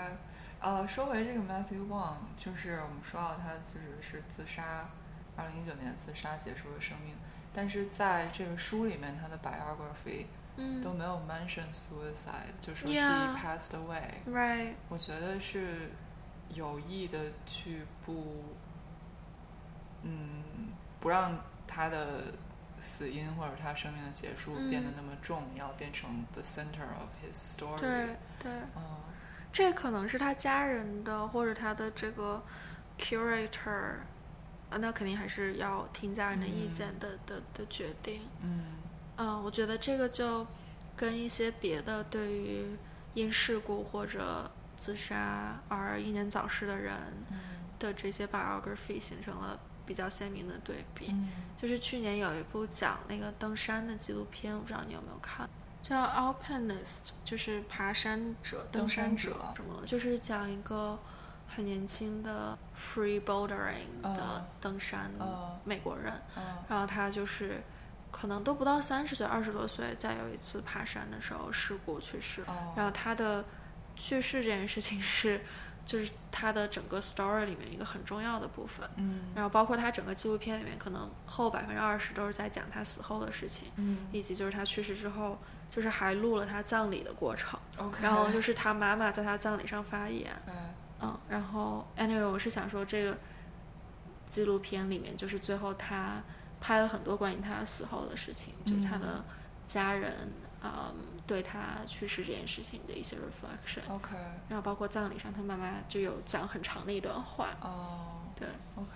S1: 呃，说回这个 Matthew Wong，就是我们说到他就是是自杀，二零一九年自杀结束了生命，但是在这个书里面，他的 biography
S3: 嗯
S1: 都没有 mention suicide，、就说自己
S3: Yeah
S1: passed away。
S3: ，right，
S1: 我觉得是有意的去不，嗯，不让他的死因或者他生命的结束
S3: 嗯
S1: 变得那么重要，变成 the center of his story。
S3: 对对。
S1: 嗯，
S3: 这可能是他家人的，或者他的这个 curator，呃，那肯定还是要听家人的意见的、的的决定。
S1: 嗯
S3: 嗯，我觉得这个就跟一些别的对于因事故或者自杀而英年早逝的人
S1: 嗯
S3: 的这些 biography 形成了比较鲜明的对比。
S1: 嗯
S3: 就是去年有一部讲那个登山的纪录片，我不知道你有没有看，叫《Alpinist》，就是爬山者、
S1: 登
S3: 山
S1: 山者
S3: 什么，就是讲一个很年轻的 free bouldering
S1: 嗯
S3: 的登山
S1: 嗯
S3: 美国人，
S1: 嗯
S3: 然后他就是可能都不到三十岁，二十多岁，在有一次爬山的时候事故去世，
S1: 哦
S3: 然后他的去世这件事情是，就是他的整个 story 里面一个很重要的部分。
S1: 嗯
S3: 然后包括他整个纪录片里面，可能后百分之二十都是在讲他死后的事情，
S1: 嗯
S3: 以及就是他去世之后，就是还录了他葬礼的过程，
S1: ，OK，
S3: 然后就是他妈妈在他葬礼上发言，
S1: 对
S3: 嗯，然后 anyway，我是想说这个纪录片里面，就是最后他拍了很多关于他死后的事情，就是他的家人，嗯，对他去世这件事情的一些 reflection，
S1: OK，
S3: 然后包括葬礼上他妈妈就有讲很长的一段话，
S1: 哦
S3: 对，
S1: ，OK，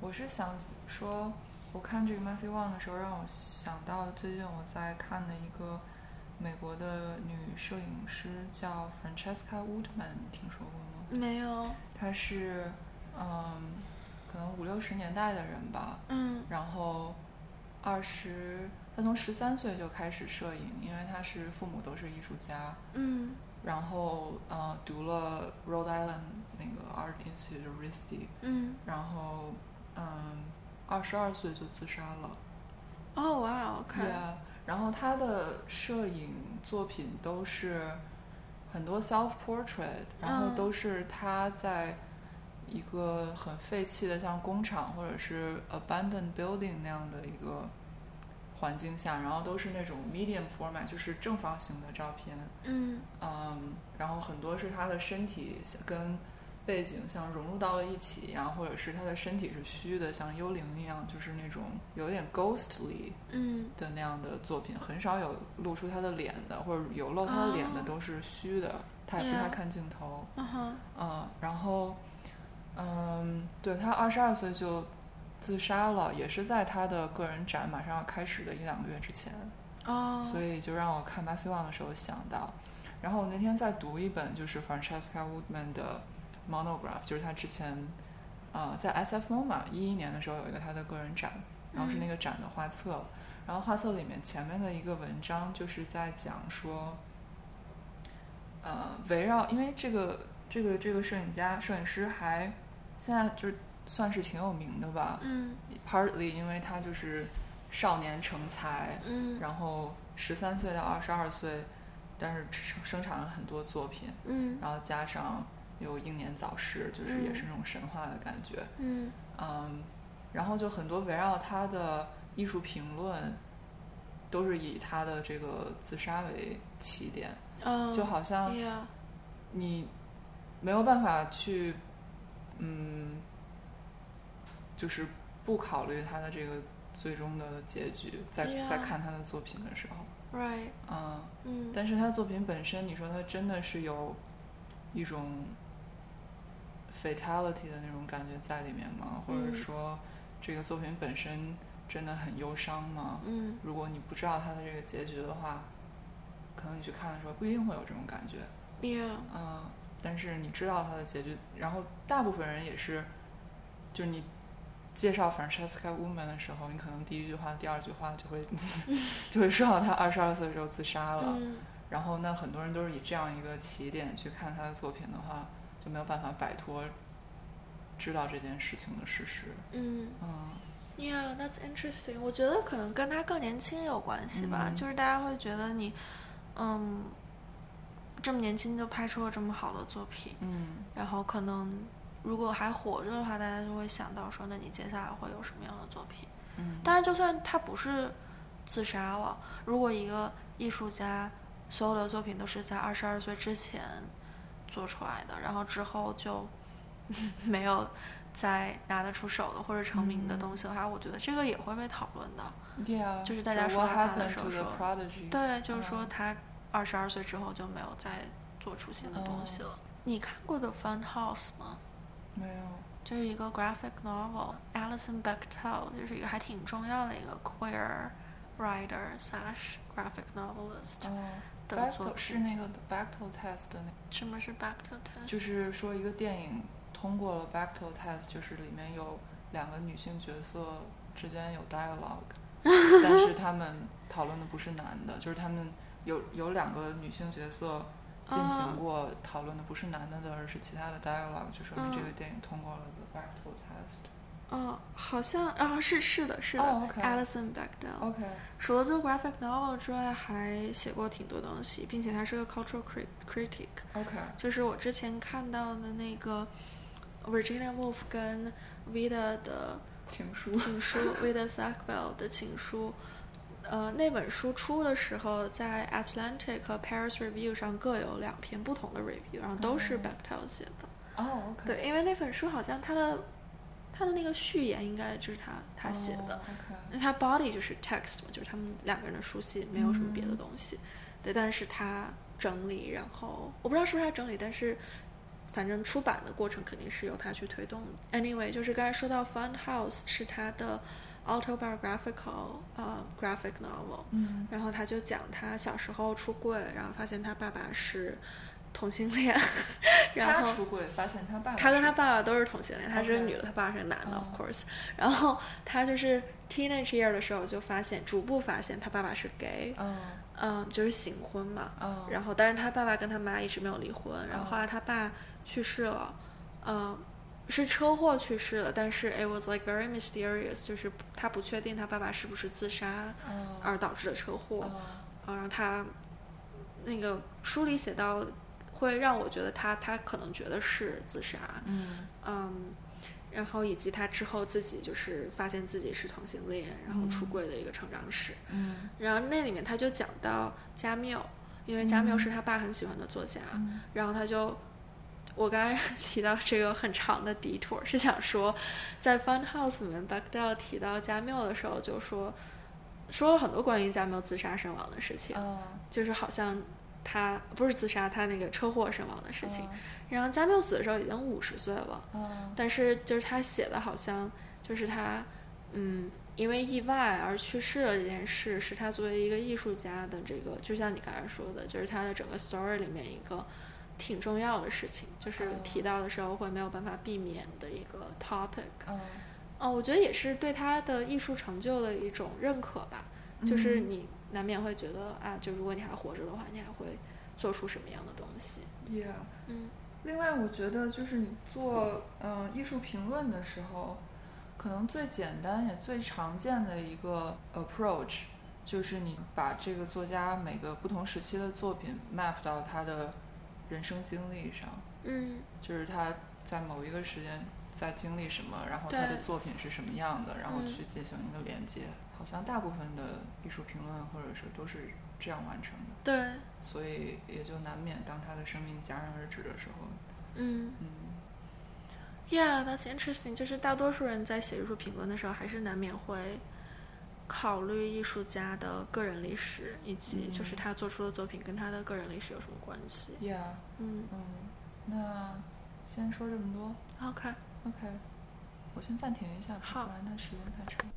S1: 我是想说，我看这个 Matthew Wong 的时候，让我想到最近我在看的一个美国的女摄影师叫 Francesca Woodman，你听说过吗？
S3: 没有，
S1: 她是嗯，可能五六十年代的人吧，
S3: 嗯
S1: 然后二十，她从十三岁就开始摄影，因为她是父母都是艺术家，
S3: 嗯
S1: 然后呃读了 Rhode Island 那个 Art Institute RISD，
S3: 嗯，
S1: 然后嗯二十二岁就自杀了。
S3: 哦哇哦，
S1: 对
S3: 看，
S1: 啊，然后他的摄影作品都是很多 self portrait，然后
S3: 嗯
S1: 都是他在一个很废弃的像工厂或者是 abandoned building 那样的一个环境下，然后都是那种 medium format，就是正方形的照片。
S3: 嗯
S1: 嗯，然后很多是他的身体跟背景像融入到了一起一样，或者是他的身体是虚的，像幽灵一样，就是那种有点 ghostly
S3: 嗯
S1: 的那样的作品，很少有露出他的脸的，或者有露他的脸的
S3: 哦
S1: 都是虚的，他也不
S3: Yeah
S1: 太看镜头。
S3: 啊哈，
S1: 嗯，然后，嗯，对他二十二岁就自杀了，也是在他的个人展马上要开始的一两个月之前。
S3: 哦，
S1: 所以就让我看 Matthew Wang 的时候想到。然后我那天在读一本就是 Francesca Woodman 的 monograph，就是她之前呃在 SF MoMA 一一年的时候有一个她的个人展，然后是那个展的画册，然后画册里面前面的一个文章就是在讲说，呃，围绕因为这个这个这个摄影家摄影师还现在就是算是挺有名的吧，
S3: 嗯
S1: partly 因为他就是少年成才，
S3: 嗯
S1: 然后十三岁到二十二岁，但是生生产了很多作品，
S3: 嗯
S1: 然后加上有英年早逝，就是也是那种神话的感觉，
S3: 嗯
S1: 嗯，然后就很多围绕他的艺术评论，都是以他的这个自杀为起点，
S3: 嗯，
S1: 就好像
S3: 呀，
S1: 你没有办法去，嗯，就是不考虑他的这个最终的结局，在
S3: Yeah.
S1: 在看他的作品的时候，
S3: right，
S1: 嗯，
S3: 嗯，
S1: 但是他的作品本身，你说他真的是有一种 fatality 的那种感觉在里面吗？或者
S3: 嗯
S1: 说这个作品本身真的很忧伤吗？
S3: 嗯
S1: 如果你不知道他的这个结局的话，可能你去看的时候不一定会有这种感觉。
S3: ，yeah，
S1: 嗯，但是你知道它的结局，然后大部分人也是，就是你介绍 Francesca Woman 的时候，你可能第一句话、第二句话就会 就会说到她二十二岁的时候自杀了。
S3: 嗯
S1: 然后那很多人都是以这样一个起点去看她的作品的话，就没有办法摆脱知道这件事情的事实。
S3: 嗯。
S1: 嗯
S3: Yeah, that's interesting. 我觉得可能跟他更年轻有关系吧，
S1: 嗯
S3: 就是大家会觉得你，嗯，这么年轻就拍出了这么好的作品，
S1: 嗯
S3: 然后可能如果还活着的话，大家就会想到说，那你接下来会有什么样的作品？
S1: 嗯
S3: 当然，就算他不是自杀了，如果一个艺术家所有的作品都是在二十二岁之前做出来的，然后之后就 没有再拿得出手的或者成名的东西的
S1: 嗯
S3: 话，我觉得这个也会被讨论的。
S1: ，Yeah，
S3: 就是大家说
S1: 啊 What
S3: 到她的
S1: happened
S3: 时
S1: to
S3: 候
S1: the
S3: 说
S1: prodigy？
S3: 对，就是说
S1: 嗯
S3: 他二十二岁之后就没有再做出新的东西了。
S1: 嗯
S3: 你看过的《Fun House》吗？
S1: 没有，
S3: 就是一个 graphic novel，Alison Bechtel 就是一个还挺重要的一个 queer writer slash graphic novelist
S1: 哦
S3: 的
S1: Bechtel-
S3: 作
S1: 是
S3: 品。
S1: 那个 Bechtel test 的那个。
S3: 什么是 Bechtel test？
S1: 就是说一个电影通过了 Bechtel test，就是里面有两个女性角色之间有 dialogue，但是他们讨论的不是男的，就是他们有有两个女性角色进
S3: 啊
S1: 行过讨论的不是男的的，而是其他的 dialogue，就说明
S3: 嗯
S1: 这个电影通过了 the Bechtel test。
S3: 哦，好像啊，是是的，是的、
S1: 哦，OK 哦
S3: Alison Bechtel。
S1: OK，
S3: 除了做 graphic novel 之外，还写过挺多东西，并且他是个 cultural cri- critic。
S1: OK，
S3: 就是我之前看到的那个 Virginia Woolf 跟 Vida 的
S1: 情 书。
S3: 情书，Vida Sackville 的情书。呃，那本书出的时候，在 Atlantic 和 Paris Review 上各有两篇不同的 review，然后都是
S1: 哦
S3: Bechtel 写的。
S1: 哦，OK，
S3: 对，因为那本书好像他的他的那个序言应该就是他他写的
S1: 哦，OK，
S3: 那他 body 就是 text 嘛，就是他们两个人的书信，没有什么别的
S1: 嗯
S3: 东西。对，但是他整理，然后我不知道是不是他整理，但是反正出版的过程肯定是由他去推动的。Anyway，就是刚才说到 Fun House 是他的 autobiographical 呃 graphic novel，
S1: 嗯
S3: 然后他就讲他小时候出柜，然后发现他爸爸是同性恋， 然后
S1: 他出轨，发现他爸爸
S3: 他跟
S1: 是
S3: 他爸爸都是同性恋，他是个
S1: 哦 OK
S3: 女的，他爸是个男的、
S1: 哦
S3: o f course。然后他就是 teenage year 的时候就发现，逐步发现他爸爸是 gay，
S1: 嗯
S3: 嗯，就是行婚嘛。
S1: 嗯，
S3: 然后，但是他爸爸跟他妈一直没有离婚，然后
S1: 哦
S3: 后来他爸去世了，嗯，是车祸去世了，但是 it was like very mysterious，就是他不确定他爸爸是不是自杀
S1: 嗯
S3: 而导致的车祸。
S1: 嗯
S3: 然后他那个书里写到，会让我觉得他他可能觉得是自杀，
S1: 嗯
S3: 嗯，然后以及他之后自己就是发现自己是同性恋，然后出柜的一个成长史。
S1: 嗯
S3: 然后那里面他就讲到加缪，因为加缪是他爸很喜欢的作家，
S1: 嗯
S3: 然后他就。我刚才 提到这个很长的 detour，是想说，在 Fun House 里面 b a c k d e l 提到加缪的时候，就说说了很多关于加缪自杀身亡的事情，
S1: 嗯，
S3: 就是好像他不是自杀，他那个车祸身亡的事情。
S1: 嗯
S3: 然后加缪死的时候已经五十岁了，
S1: 嗯
S3: 但是就是他写的好像就是他，嗯，因为意外而去世了这件事，是他作为一个艺术家的这个，就像你刚才说的，就是他的整个 story 里面一个挺重要的事情，就是
S1: 哦
S3: 提到的时候会没有办法避免的一个 topic。
S1: 嗯
S3: 哦，我觉得也是对他的艺术成就的一种认可吧。就是你难免会觉得啊，就如果你还活着的话，你还会做出什么样的东西？
S1: Yeah，
S3: 嗯
S1: 另外，我觉得就是你做嗯、呃艺术评论的时候，可能最简单也最常见的一个 approach，就是你把这个作家每个不同时期的作品 map 到他的人生经历上，
S3: 嗯
S1: 就是他在某一个时间在经历什么，然后他
S3: 对
S1: 的作品是什么样的，然后
S3: 嗯
S1: 去进行一个连接。好像大部分的艺术评论或者是都是这样完成的，
S3: 对，
S1: 所以也就难免当他的生命戛然而止的时候，
S3: 嗯
S1: 嗯。
S3: ，Yeah，that's interesting。就是大多数人在写艺术评论的时候，还是难免会考虑艺术家的个人历史，以及就是他做出的作品跟他的个人历史有什么关系。
S1: Yeah，
S3: 嗯
S1: 嗯，那先说这么多
S3: ，OK，
S1: ，OK，我先暂停一下吧，
S3: 好
S1: 不然它时间太长。